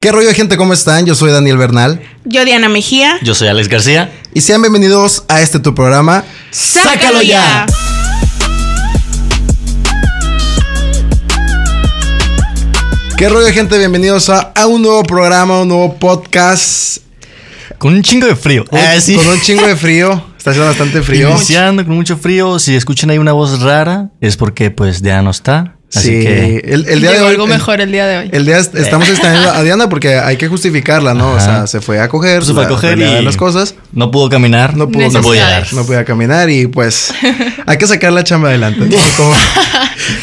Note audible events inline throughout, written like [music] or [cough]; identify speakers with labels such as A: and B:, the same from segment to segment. A: ¿Qué rollo, gente? ¿Cómo están? Yo soy Daniel Bernal.
B: Yo, Diana Mejía.
C: Yo soy Alex García.
A: Y sean bienvenidos a este tu programa.
B: ¡Sácalo ya!
A: ¿Qué rollo, gente? Bienvenidos a, a un nuevo programa, un nuevo podcast.
C: Con un chingo de frío.
A: Con,
C: Ah, sí.
A: con un chingo de frío. Está haciendo bastante frío.
C: Iniciando con mucho frío. Si escuchan ahí una voz rara, es porque pues ya no está. Así
A: Sí,
C: que.
A: el, el día de
B: Llegó
A: hoy.
B: algo
A: el-
B: mejor el día de hoy.
A: El día est- estamos extrañando a Diana porque hay que justificarla, ¿no? O
C: Ajá.
A: sea, se fue a coger,
C: Se fue a
A: la
C: coger
A: realidad
C: y-
A: de las cosas,
C: No pudo caminar.
A: No pudo-
C: no pudo llegar.
B: Necesidades.
A: no podía caminar y
B: [laughs]
A: pues hay que sacar la chamba adelante. ¿no? Como,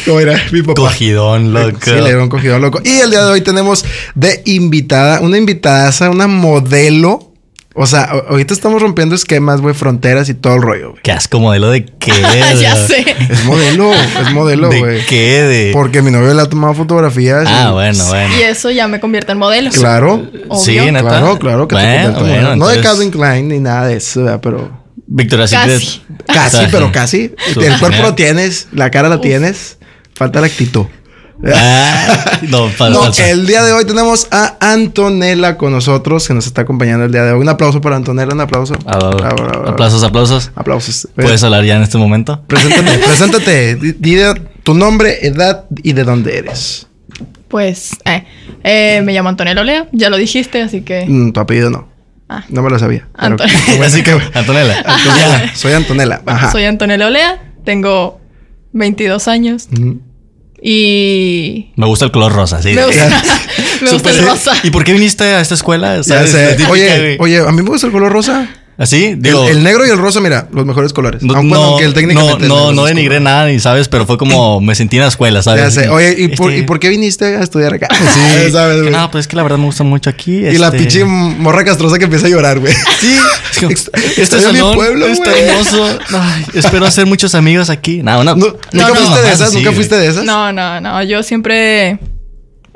A: como era mi papá.
C: Cogidón, loco.
A: Sí, le dieron cogido loco. Y el día de hoy tenemos de invitada, una invitadaza, una modelo. O sea, a- ahorita estamos rompiendo esquemas, güey, fronteras y todo el rollo, güey.
C: Qué asco modelo de
B: [laughs]
C: qué.
B: ya
C: verga.
B: sé.
A: Es
C: [laughs]
A: modelo, es modelo,
C: ¿De
A: güey.
C: qué? De...
A: Porque mi novio le ha tomado fotografías.
C: Ah,
A: y-
C: bueno, bueno.
B: Y eso ya me convierte en modelo.
A: Claro.
B: Obvio.
C: Sí, neta.
A: Claro, claro que te
C: bueno,
A: convierte en modelo.
C: bueno,
A: No de
C: entonces,
A: Calvin Klein ni nada de eso, ¿verdad? pero
C: Victoria Secret.
B: Casi.
A: casi,
C: Ajá.
A: pero casi.
C: Su-
A: El cuerpo lo tienes, la cara la tienes, falta la actitud.
C: Ah, no, falta.
A: No,
C: falta.
A: el día de hoy tenemos a Antonella con nosotros, que nos está acompañando el día de hoy. Un aplauso para Antonella, un aplauso.
C: Ah, va, va.
A: Bravo, bravo, bravo.
C: Aplausos, aplausos.
A: Aplausos. Eh,
C: ¿Puedes hablar ya en este
A: [laughs]
C: momento? [laughs]
A: Preséntate, preséntate. Di- di de- tu nombre, edad y de dónde eres.
B: Pues, eh, eh, me llamo Antonella Olea. Ya lo dijiste, así que...
A: Mm, tu apellido no.
B: Ah.
A: No me lo sabía. pero- [laughs]
B: Antonella.
C: Así [laughs] que, Antonella.
A: Antonella. Soy Antonella. Ajá.
B: Soy Antonella Olea. Tengo 22 años.
A: Mm.
B: Y...
C: Me gusta el color rosa, sí.
B: Me gusta, [laughs] me gusta el
C: Súper.
B: rosa.
C: ¿Y por qué viniste a esta escuela?
A: Ya
C: ¿Sabes?
A: sé.
C: La típica,
A: Oye,
C: güey.
A: oye, a mí me gusta el color rosa.
C: ¿Así?
A: El,
C: Digo,
A: el negro y el rosa, mira, los mejores colores.
C: no,
A: Aun cuando-
C: no,
A: aunque el técnicamente el negro
C: no, no,
A: es
C: no
A: oscuro.
C: denigré nada, ni sabes, pero fue
A: [laughs]
C: como me sentí en la escuela, ¿sabes?
A: Ya sé. Oye, ¿y, por,
C: Este,
A: ¿y por qué viniste a estudiar acá? [laughs]
C: Sí,
A: ¿Sabes,
C: que
A: güey?
C: no, pues es que la verdad me gusta mucho aquí.
A: Y la
C: este-
A: pinche morra castrosa que empieza a llorar, güey.
C: [laughs] Sí,
A: Ex-
C: este
A: estoy en mi
C: salón
A: pueblo,
C: está
A: güey.
C: hermoso. Ay, espero hacer muchos amigos aquí. No, [laughs] no,
A: No,
C: no,
A: ¿Nunca
C: no,
A: fuiste de
C: mamá,
A: esas?
C: sí,
A: ¿Nunca
C: güey.
A: fuiste de esas?
B: No, no, no. Yo siempre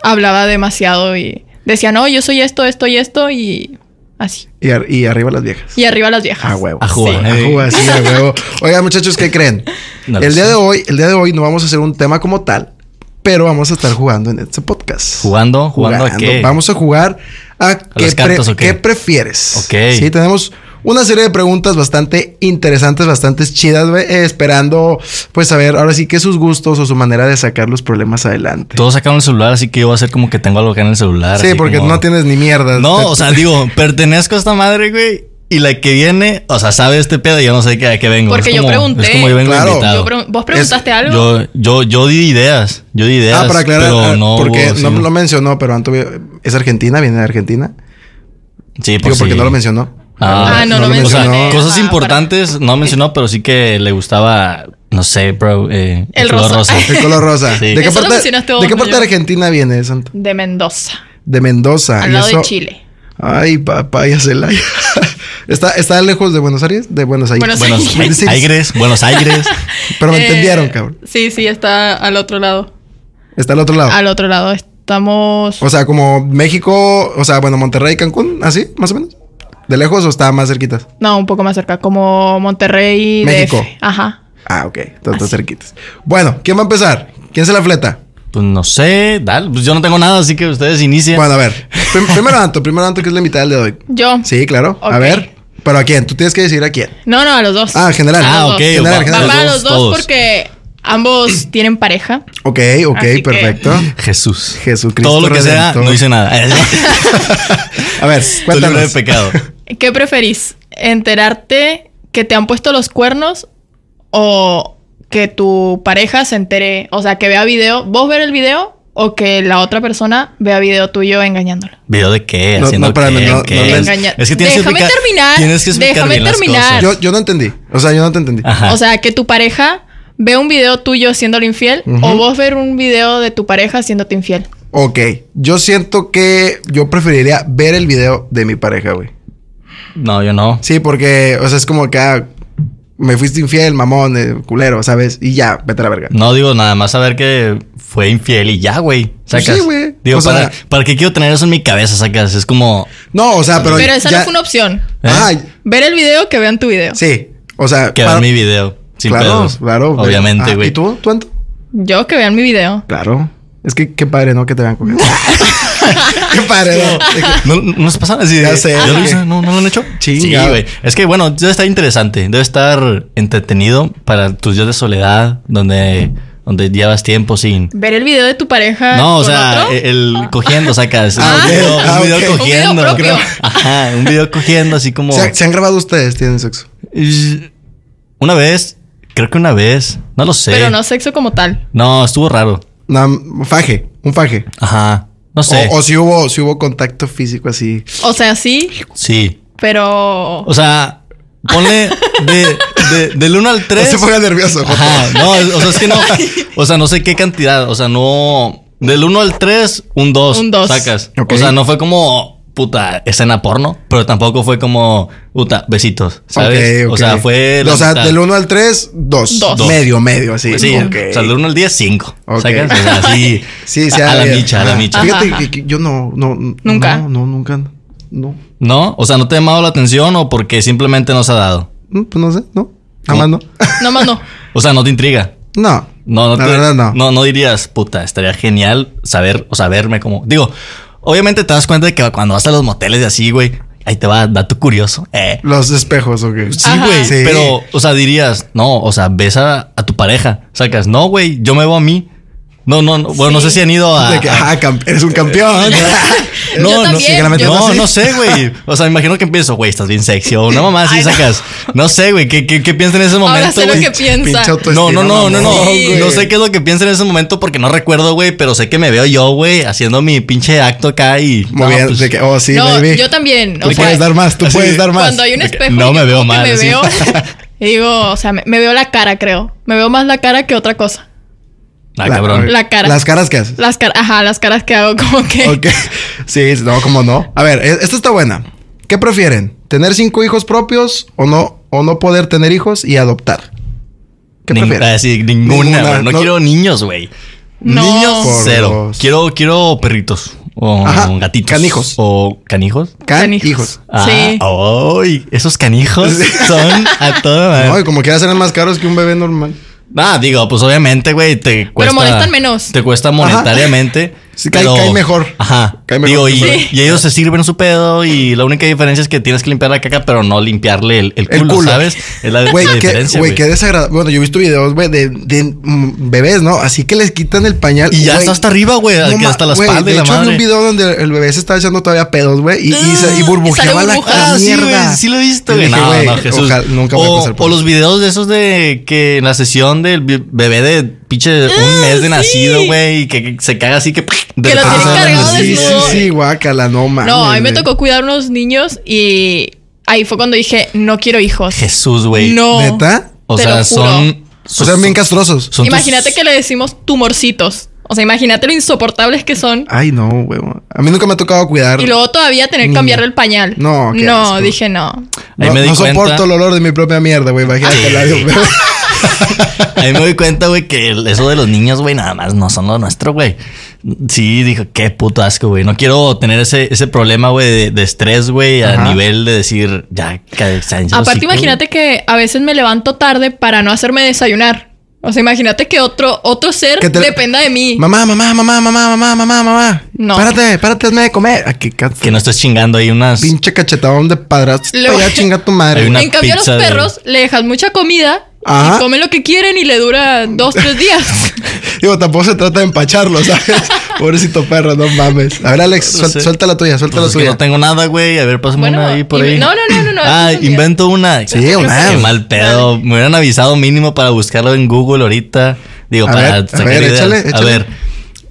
B: hablaba demasiado y decía, no, yo soy esto, esto y esto y así.
A: Y, ar- y arriba las viejas.
B: Y arriba las viejas.
A: A Ah, huevo.
C: A jugar.
A: Sí, a jugar, sí, a huevo. Oigan, muchachos, ¿qué creen?
C: No lo
A: el día
C: sé.
A: de hoy, el día de hoy no vamos a hacer un tema como tal, pero vamos a estar jugando en este podcast.
C: ¿Jugando? ¿Jugando a qué?
A: Vamos a jugar a, qué,
C: las cartas
A: pre-
C: o qué?
A: qué prefieres.
C: Ok.
A: Sí, tenemos una serie de preguntas bastante interesantes, bastante chidas, güey, eh, esperando, pues, saber ahora sí que sus gustos o su manera de sacar los problemas adelante.
C: Todos sacaron el celular, así que yo voy a hacer como que tengo algo acá en el celular.
A: Sí,
C: así
A: porque
C: como-
A: no este tienes ni mierda.
C: No, o sea, digo, pertenezco a esta madre, güey. Y la que viene, o sea, sabe este pedo y yo no sé qué- a qué vengo.
B: Porque
C: Es
B: yo
C: como-
B: pregunté.
C: Es como yo vengo
A: Claro.
C: invitado.
B: Yo pre- ¿Vos preguntaste algo?
C: Yo, yo, yo di ideas. Yo di ideas.
A: Ah, para aclarar,
C: Pero
A: ah,
C: no
A: porque
C: hubo,
A: no
C: sí.
A: lo mencionó, pero Anto es argentina, viene de Argentina.
C: Sí,
A: Digo,
C: pues
A: porque
C: sí.
A: no lo mencionó.
C: Ah,
B: Ah, no lo
C: O sea,
B: mencioné.
C: cosas
B: Ah,
C: importantes no mencionó, pero sí que le gustaba, no sé, bro, eh,
B: El
C: color
B: rosa.
A: El color rosa.
C: Sí.
A: ¿De qué
B: Eso lo
A: parte,
B: mencionaste
A: ¿de,
B: vos,
A: qué
B: no
A: parte
B: yo.
A: de Argentina viene, Santo?
B: De Mendoza,
A: De Mendoza.
B: al
A: Ah, y
B: lado de
A: eso-
B: Chile.
A: Ay, papá, ya se la... [laughs] ¿Está, ¿Está lejos de Buenos Aires? De Buenos Aires.
B: Buenos
A: [laughs]
C: Buenos
A: Sí.
C: Aires, Buenos Aires.
A: Pero me
B: Eh,
A: entendieron, cabrón. Oh.
B: Sí, sí, está al otro lado.
A: Está al otro lado.
B: Al otro lado estamos.
A: O sea, como México, o sea, bueno, Monterrey, Cancún, así, más o menos. ¿De lejos o está más cerquitas?
B: No, un poco más cerca, como Monterrey.
A: México.
B: DF. Ajá.
A: Ah, ok. Están tan cerquitas. Bueno, ¿quién va a empezar? ¿Quién se la fleta?
C: Pues no sé, dale. Pues yo no tengo nada, así que ustedes inicien.
A: Bueno, a ver. Prim- [laughs] primero Anto, primero Anto, que es la mitad del de hoy.
B: Yo.
A: Sí, claro. A
B: Ok.
A: ver. ¿Pero a quién? Tú tienes que decir a quién.
B: No, no, a los dos.
A: Ah, en general.
C: Ah,
B: ok,
A: General,
C: va-
A: general.
B: Va para
C: Los
B: los
C: dos,
B: dos
C: todos.
B: porque ambos [clears throat] tienen pareja.
A: Ok, ok,
B: Así que- [laughs]
A: perfecto.
C: Jesús.
A: Jesucristo
C: Todo lo que sea,
A: Redentor.
C: no hice nada. [laughs]
A: A ver,
C: Estoy libre de
A: cuéntanos.
C: pecado.
B: ¿Qué preferís? ¿Enterarte que te han puesto los cuernos o que tu pareja se entere? O sea, que vea video, vos ver el video o que la otra persona vea video tuyo engañándolo.
C: ¿Video de qué?
A: No,
C: ¿Haciendo
A: no, espérame,
C: qué?
A: no,
C: ¿Qué?
A: no me-
C: Es- Es que tienes
B: Déjame
C: que explicar-
B: terminar.
C: Tienes que explicar
B: Déjame
C: bien las
B: terminar.
C: cosas.
A: Yo, yo no entendí. O sea, yo no te entendí.
C: Ajá.
B: O sea, que tu pareja vea un video tuyo siéndolo infiel o vos ver un video de tu pareja siéndote infiel.
A: Ok. Yo siento que yo preferiría ver el video de mi pareja, güey.
C: no, yo no.
A: Sí, porque, o sea, es como que ah, me fuiste infiel, mamón, eh, culero, ¿sabes? Y ya, vete a la verga.
C: No digo nada más saber que fue infiel y ya, güey. Sacas.
A: Pues Sí, güey.
C: Digo,
A: O sea-
C: para, ¿para qué quiero tener eso en mi cabeza? Sacas. Es como.
A: No, o sea, pero.
B: Pero, esa
A: ya-
B: no fue una opción.
A: Ah,
C: ¿Eh?
B: Ver el video, que vean tu video.
A: sí. O sea,
C: Que
A: para-
C: ver mi video. Sin
A: claro,
C: pedos.
A: claro.
C: Obviamente,
A: Ah,
C: güey.
A: ¿Y tú, tú, Anto?
B: Yo que vean mi video.
A: Claro. Es que qué padre, ¿no? Que te vean cogiendo.
C: [laughs]
A: qué padre, ¿no?
C: No, no nos pasan así. de-
A: Ya sé,
C: ¿Ya lo
A: güey.
C: hice? ¿No, no lo han hecho.
A: Chinga.
C: Sí, güey. Es que bueno, debe estar interesante. Debe estar entretenido para tus días de soledad, donde, donde llevas tiempo sin.
B: Ver el video de tu pareja.
C: No, o
B: Ah, con
C: sea, eh, e,
B: otro.
C: el, el cogiendo sacas.
A: Ah,
C: un
A: ok.
C: video,
A: Ah,
C: un video
A: ok.
C: cogiendo.
B: Un video propio.
C: creo. Ajá, un video cogiendo, así como.
A: ¿Se, han- se han grabado ustedes? ¿Tienen sexo?
C: Una vez, creo que una vez. No lo sé.
B: Pero no sexo como tal.
C: No, estuvo raro.
A: No, un faje. Un faje.
C: Ajá. No sé.
A: O, o si hubo, si hubo contacto físico así.
B: O sea, sí,
C: sí.
B: pero.
C: O sea, ponle de, de,
A: [laughs]
C: del 1 al 3.
A: No se ponga nervioso, Joto.
C: Ajá, no,
A: [laughs]
C: o sea, es que no. O sea, no sé qué cantidad. O sea, no. Del 1 al 3, un 2.
B: Un dos.
C: Sacas.
A: Ok.
C: O sea, no fue como. Puta, escena porno, pero tampoco fue como, puta, besitos, ¿sabes?
A: Ok, ok.
C: O sea, fue... la
A: O sea,
C: mitad.
A: del 1 al 3, 2.
B: Dos.
C: Dos.
A: Medio, medio, así.
C: Pues sí,
A: Ok.
C: o sea, del 1 al 10, 5.
A: Ok.
C: ¿Sacas? O sea, sí.
A: [laughs] Sí, sí,
C: a, a la
A: ver.
C: micha, a la
A: Ajá.
C: micha.
A: Fíjate
B: Ajá,
A: que, que yo no, no. no,
B: Nunca.
A: No, no, nunca. No.
C: ¿No? O sea, ¿no te ha llamado la atención o porque simplemente no se ha dado?
A: Mm, Pues no sé, no. Nada más no.
C: [laughs]
B: Nomás no.
C: O sea, ¿no te intriga?
A: No. [laughs]
C: No, no
A: La
C: te-
A: verdad, no.
C: No, dirías, puta, estaría genial saber, o saberme como. Digo, obviamente te das cuenta de que cuando vas a los moteles y así, güey, ahí te va dato curioso. Eh.
A: Los espejos, ok.
C: Sí,
B: Ajá.
C: güey,
A: Sí.
C: pero, o sea, dirías, no, o sea, besa a tu pareja, sacas, no, güey, yo me voy a mí. No, no, no, bueno, no
B: Sí.
C: sé si han ido a.
A: De que,
C: a-
A: ah, camp- eres un campeón.
C: eh,
B: [laughs]
C: no,
B: Yo
C: no,
B: también,
C: sí, que la meto-
B: yo
C: no,
A: también.
C: no sé, güey. O sea, me imagino que empiezo, güey, estás bien sexy o una mamá así
B: Ay, no.
C: sacas. No sé, güey, ¿qué, qué, qué piensas en ese momento?
B: Ahora sé lo
C: güey?
B: que piensa.
A: Pinche auto-
C: No, no, no, no, no.
A: mamón,
B: güey.
C: No sé qué es lo que piensa en ese momento porque no recuerdo, güey, pero sé que me veo yo, güey, haciendo mi pinche acto acá y. no,
A: Muy bien.
C: pues,
A: de que, oh, sí,
B: no,
A: baby.
B: yo también.
A: Tú
B: O sea,
A: puedes dar más, tú
C: así
A: puedes
C: de-
A: dar más.
B: cuando hay un
C: De que
B: espejo.
C: no
B: yo
C: me
B: como
C: veo
B: que
C: mal,
B: Me
C: así. [laughs]
B: veo. y digo, o sea, me, me veo la cara, creo. Me veo más la cara que otra cosa.
C: Ah,
A: La-
C: cabrón.
B: La cara.
A: Las caras que
B: [laughs]
A: haces.
B: Las caras. Ajá, las caras que hago [laughs] como que.
A: Ok. Sí, no, como no. A ver, e- esta está buena. ¿Qué prefieren? ¿Tener cinco hijos propios o no, o no poder tener hijos y adoptar? ¿Qué
C: Ning-
A: prefieren?
C: ah, sí, ninguna,
A: Ninguna,
C: güey. No,
A: no-
C: quiero niños, güey.
B: No.
C: Niños
A: Por
C: cero.
A: Dios.
C: Quiero, quiero perritos. O
A: Ajá,
C: gatitos.
A: canijos.
C: O canijos.
A: Can
B: Canijos.
A: hijos.
C: Ah,
B: Sí.
C: ay, esos canijos son a toda madre.
A: No, y como quiera serán más caros que un bebé normal.
C: Ah, digo, pues obviamente, güey, te cuesta.
B: molestan menos.
C: Te cuesta monetariamente.
A: Sí, cae- cae mejor.
C: Ajá.
A: Cae mejor
C: digo, y,
A: que-
C: y ellos se sirven su pedo y la única diferencia es que tienes que limpiar la caca, pero no limpiarle el, el
A: El
C: culo,
A: culo.
C: ¿sabes? Es la,
A: Güey,
C: la
A: qué,
C: diferencia,
A: güey,
C: güey.
A: qué desagradable. Bueno, yo he visto videos, güey, de, de, mm, bebés, ¿no? Así que les quitan el pañal.
C: Y ya
A: güey.
C: está hasta arriba, güey,
A: No
C: que
A: ma-
C: hasta la
A: güey,
C: espalda
A: de
C: y la
A: hecho, había
C: madre.
A: un video donde el bebé se estaba echando todavía pedos, güey, y, y, se- y burbujeaba
B: Sale
A: la,
B: burbuja.
A: la
C: Ah, sí,
A: mierda.
C: güey, sí lo he visto,
A: Y
C: güey.
A: dije,
C: No,
A: güey,
C: no, Jesús.
A: ojalá nunca voy a
C: o,
A: pasar por
C: o
A: eso.
C: los videos de esos de que en la sesión del bi- bebé de pinche un mes de nacido, güey, y que, que se caga así que. ¡pum! de
B: Ah, Que lo
C: repente
B: tienen
C: sale la
B: cargado
C: luz.
A: Sí, sí,
B: desnudo.
A: sí, guácala, no mames.
B: No, a mí me
A: güey.
B: tocó cuidar unos niños y ahí fue cuando dije, no quiero hijos.
C: Jesús, güey.
B: No.
A: ¿Neta?
C: O
B: te
C: sea,
B: lo juro.
C: son.
A: O sea, bien castrosos.
C: son tus-
B: Imagínate que le decimos tumorcitos. O sea, imagínate lo insoportables que son.
A: Ay, no, güey. A mí nunca me ha tocado cuidar.
B: Y luego todavía tener que
A: Niña.
B: cambiarle el pañal.
A: No, qué
B: No,
A: asco.
B: dije no.
C: Ahí
A: No,
C: me di
A: no
C: cuenta.
A: soporto el olor de mi propia mierda, güey. Imagínate la de un bebé.
C: A mí me doy cuenta, güey, que el- eso de los niños, güey, nada más no son lo nuestro, güey. Sí, dijo, qué puto asco, güey. No quiero tener ese, ese problema, güey, de, de estrés, güey, a
A: Ajá.
C: nivel de decir, ya, que
B: Aparte, imagínate que a veces me levanto tarde para no hacerme desayunar. O sea, imagínate que otro, otro ser
A: Que te-
B: dependa de mí.
A: Mamá, mamá, mamá, mamá, mamá, mamá, mamá.
B: No.
A: Párate, párate, hazme de comer. Aquí,
C: Que no estés chingando ahí unas.
A: pinche cachetadón de padrastro.
B: Luego-
A: Ya chinga tu madre.
C: Hay
A: güey.
C: una
B: en cambio, a los
C: pizza de-
B: perros le dejas mucha comida
A: Ajá.
B: y comen lo que quieren y le dura dos, tres días.
C: [laughs]
A: Digo, tampoco se trata de empacharlo, ¿sabes? [laughs] Pobrecito perro, no mames. A ver, Alex,
C: No
A: suel-
C: sé.
A: suelta la tuya, suelta
C: Pues
A: la
C: es que
A: tuya.
C: no tengo nada, güey. A ver, pásame
B: Bueno,
C: una ahí por
B: inve-
C: ahí.
B: no, no, no, no, no,
C: Ah,
B: eso es
C: invento una.
A: Sí, una.
C: Qué mal pedo. Me hubieran avisado mínimo para buscarlo en Google ahorita. Digo,
A: A
C: para
A: ver, a
C: sacar
A: ver,
C: ideas.
A: échale,
C: A
A: échale.
C: ver,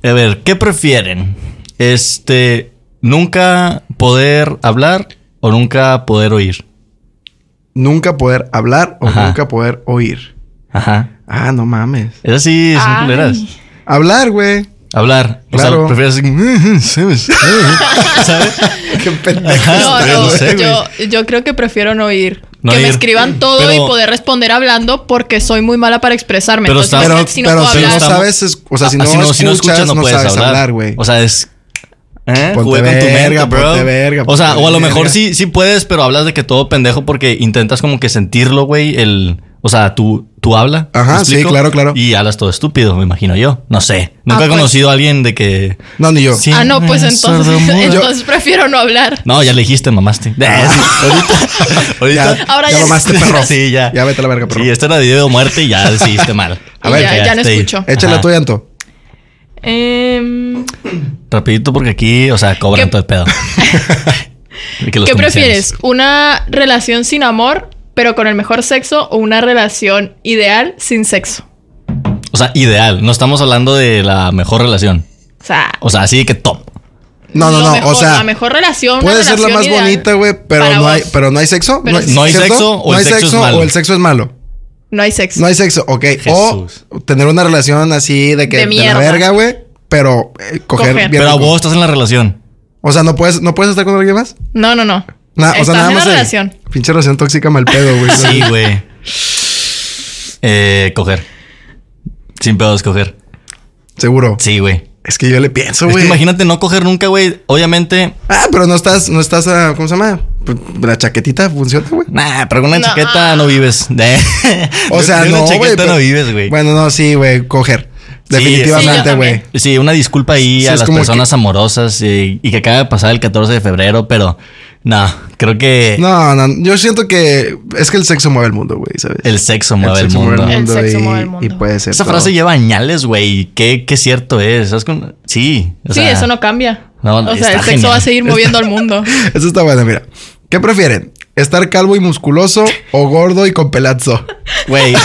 C: a ver, ¿qué prefieren? Este, nunca poder hablar o nunca poder oír.
A: Nunca poder hablar o
C: Ajá.
A: nunca poder oír.
C: Ajá.
A: Ah, no mames.
C: Es así, son
B: Ay.
C: culeras.
A: Hablar, güey. [laughs]
C: Hablar. O
A: Claro.
C: sea, prefieres. ¿Sabes? ¿Sabes?
A: [laughs] Qué pendejo.
C: Ajá,
B: No,
C: pero
B: no,
C: no sé, güey.
B: yo, yo creo que prefiero no ir.
C: No
B: que me
C: ir.
B: escriban todo
C: Pero-
B: y poder responder hablando porque soy muy mala para expresarme.
C: Pero
B: Entonces,
C: está-
A: Pero,
B: imagínate si no
A: pero
B: puedo
A: si no
B: hablar.
C: Estamos-
A: sabes, es- o sea, si
C: Ah,
A: no, escuchas, no, sabes hablar, güey.
C: O sea, es. ¿Eh?
A: Ponte
C: Jugué con tu
A: verga,
C: mente, bro.
A: ponte verga,
C: o sea,
A: ponte
C: o a lo
A: verga.
C: mejor sí, sí puedes, pero hablas de que todo pendejo porque intentas como que sentirlo, güey. El. O sea, tu, tú habla. ¿me
A: Ajá, sí,
C: explico?
A: claro, claro.
C: Y hablas todo estúpido, me imagino yo. No sé. Nunca
B: Ah,
C: he
B: pues.
C: conocido a alguien de que.
A: No, ni yo.
B: Ah, no,
A: eh,
B: pues
C: Siempre
B: entonces,
C: sordomudo.
B: entonces prefiero no hablar.
C: No, ya le dijiste,
A: [laughs]
C: mamaste. Eh, sí, ahorita. [laughs] ahorita.
A: Ah, Ya,
B: Ahora
A: ya
B: ya-
C: [laughs]
A: mamaste, perro.
C: Sí, ya.
A: Ya vete a la verga, perro.
C: Sí, este era video de muerte y ya decidiste mal.
A: [laughs] A ver,
B: ya- ya no
C: Quedaste ahí.
B: escucho.
A: Échale
C: Ajá.
A: a tu llanto.
B: Em,
C: Rapidito porque aquí, o sea, cobran
B: ¿Qué-
C: todo el
B: [laughs]
C: pedo. Y que los comerciales.
B: ¿Qué prefieres? ¿Una relación sin amor, pero con el mejor sexo, o una relación ideal sin sexo?
C: O sea, ideal. No estamos hablando de la mejor relación.
B: O sea,
C: O sea, así que top.
A: No, no,
B: lo
A: no.
B: mejor-
A: o sea,
B: la mejor relación. una
A: puede ser la
B: relación
A: más
B: ideal
A: bonita, güey, pero
B: para
A: no hay,
B: vos.
A: pero no hay sexo.
B: Pero sí.
C: No hay sexo o
A: no
C: el
A: hay
C: sexo es malo.
A: o el sexo es malo.
B: No hay sexo.
A: No hay sexo, ok.
C: Jesús.
A: O tener una relación así de que
B: De
A: de, la
B: mierda.
A: verga, güey, pero eh, coger,
B: Coger.
A: bien
C: Pero
A: rico.
C: vos estás en la relación.
A: O sea, no puedes no puedes estar con alguien más?
B: No, no, no.
A: Na- o
B: Estás
A: sea, nada
B: en
A: más
B: una
A: ahí.
B: relación.
A: Pinche relación tóxica mal pedo, güey.
C: Sí, güey. Eh, coger. Sin pedos, coger.
A: Seguro.
C: Sí, güey.
A: Es que yo le pienso,
C: Es que
A: güey.
C: imagínate no coger nunca, güey. Obviamente.
A: Ah, pero no estás no estás ah, ¿cómo se llama? P- La chaquetita funciona, güey.
C: Nah, pero con una
B: No.
C: chaqueta no vives. [laughs] De-
A: O sea,
C: de una
A: no, güey.
C: chaqueta
A: pero-
C: no vives, güey.
A: Bueno, no, sí, güey, coger.
C: Sí,
B: sí,
A: Definitivamente,
B: yo
A: güey.
B: también.
C: Sí, una disculpa ahí
A: Sí,
C: a
A: es
C: las
A: como
C: personas amorosas eh, y, que acaba de pasar el 14 de febrero, pero no, creo que
A: No, no, yo siento que es que el sexo mueve el mundo, güey, ¿sabes?
C: el sexo mueve el,
A: sexo
C: mundo.
B: mundo. El sexo
A: y,
B: mueve el mundo.
A: y puede ser.
C: Esa
A: todo.
C: frase lleva añales, güey. ¿Qué, qué cierto es. ¿Sabes con- Sí. o
B: sí,
C: sea,
B: eso no cambia.
C: No,
B: o
C: está
B: sea, el sexo
C: genial.
B: va a seguir moviendo al
A: [laughs]
B: mundo.
A: Eso está bueno, mira. ¿Qué prefieren? ¿Estar calvo y musculoso o gordo y con pelazo?
B: [laughs]
C: Güey.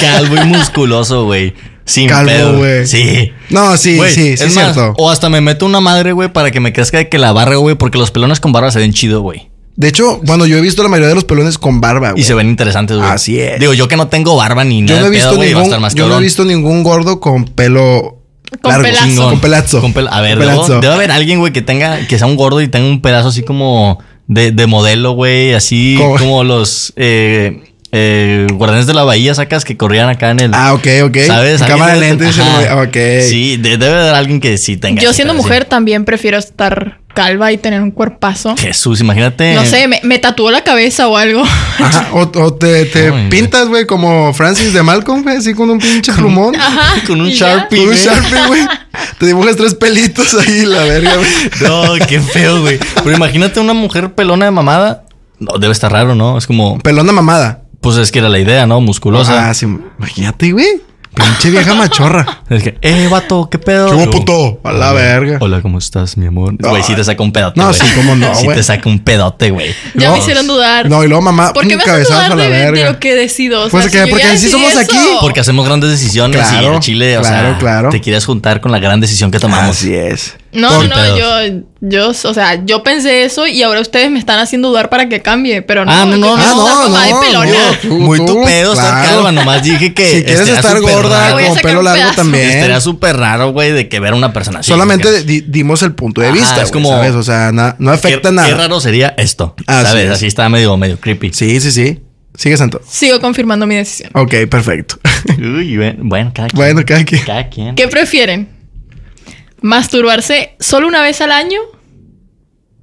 C: calvo y musculoso, güey. Sin
A: Calvo,
C: pedo.
A: güey.
C: Sí.
A: No, sí,
C: Güey,
A: sí, sí, es
C: más,
A: cierto.
C: O hasta me meto una madre, güey, para que me crezca de que la barra, güey, porque los pelones con barba se ven chido, güey.
A: De hecho, bueno, yo he visto la mayoría de los pelones con barba,
C: Y
A: Ah, güey.
C: se ven interesantes, güey.
A: Así es.
C: Digo, yo que no tengo barba ni nada.
A: Yo no he
C: de
A: visto
C: pedo, güey, va a
A: ningún,
C: estar más
A: yo no he
C: cabrón.
A: visto ningún gordo con pelo
B: Con
A: largo,
B: pelazo.
A: chingón. con pelazo.
C: Con pel- a ver,
A: Con
C: debo-
A: pelazo.
C: debe haber alguien, güey, que tenga, que sea un gordo y tenga un pedazo así como de, de modelo, güey, así
A: ¿Cómo?
C: como los eh, eh, guardianes de la bahía, sacas que corrían acá en el.
A: Ah, ok, ok.
C: ¿Sabes? Alguien
A: Cámara
C: debe
A: lenta,
C: ten-
A: dice,
C: Ajá.
A: ok.
C: Sí, de- debe haber alguien que sí tenga.
B: Yo
C: ese
B: siendo
C: pedo, sí.
B: mujer también prefiero estar calva y tener un cuerpazo.
C: Jesús, imagínate. [laughs]
B: No sé, me, me tatuó la cabeza o algo. [laughs]
A: Ajá, o, o te, te
C: Ay, güey.
A: pintas, güey, como Francis de Malcolm, güey, así con un pinche plumón.
B: Ajá.
C: Con un
B: y ya.
C: [laughs] Sharpie.
A: Con un
C: güey.
A: Sharpie, güey. Te dibujas tres pelitos ahí, la verga, güey.
C: No, qué feo, güey. Pero imagínate una mujer pelona de mamada. No, debe estar raro, ¿no? Es como,
A: Pelona mamada.
C: pues es que era la idea, ¿no? Musculosa.
A: ah, sí, imagínate, güey. Pinche vieja machorra.
C: Es que, eh, vato, qué pedo.
A: hubo,
C: Yo,
A: puto? A la
C: hola,
A: verga.
C: Hola, ¿cómo estás, mi amor? Güey, sí te saca un pedote.
A: No,
C: güey.
A: sí, cómo no,
C: [laughs] Sí
A: güey.
C: te saca un pedote, güey.
B: [laughs] Ya
A: No.
B: me hicieron dudar.
A: No, y luego mamá,
B: ¿Por qué
A: Ah, un
B: me hacen
A: cabezazo
B: dudar
A: a
B: de,
A: la
B: de
A: verga.
B: lo que decido? O
A: Pues
B: sea,
A: que-
B: si yo
A: porque
B: ya
A: así
B: decidí
A: somos aquí.
B: eso.
C: Porque hacemos grandes decisiones y
A: Claro,
C: el chile, o sea,
A: claro, claro. Ah,
C: te quieres juntar con la gran decisión que tomamos. [laughs]
A: Así es.
B: No,
C: Por
B: no,
C: pedos.
B: yo, yo, o sea, yo pensé eso y ahora ustedes me están haciendo dudar para que cambie, pero no.
C: Ah, no,
B: yo
C: no,
B: quiero
C: no,
B: estar
C: no,
B: mamá de
A: no,
B: pelona.
A: no. Tú,
C: Muy
A: tú,
C: tu pedo estar
A: claro.
C: calva, nomás dije que.
A: [laughs] si quieres
C: Eh, estaría
A: estar
C: súper
A: gorda
C: raro.
B: Voy a
A: con
B: sacar
A: pelo
B: un
A: largo
B: pedazo.
A: también.
C: Estaría súper raro, güey, de que ver a una persona así.
A: Solamente
C: porque-
A: di- dimos el punto de
C: Ajá,
A: vista. güey,
C: es como-
A: ¿sabes? O sea, na- no afecta
C: qué,
A: nada.
C: Qué raro sería esto.
A: Así
C: ¿Sabes?
A: es.
C: Así está medio, medio creepy.
A: Sí, sí, sí. Sigue santo.
B: Sigo confirmando mi decisión.
A: Ok, perfecto. [laughs]
C: Uy, bueno, cada quien.
A: bueno, cada quien.
C: Cada quien.
B: ¿Qué prefieren? ¿Masturbarse solo una vez al año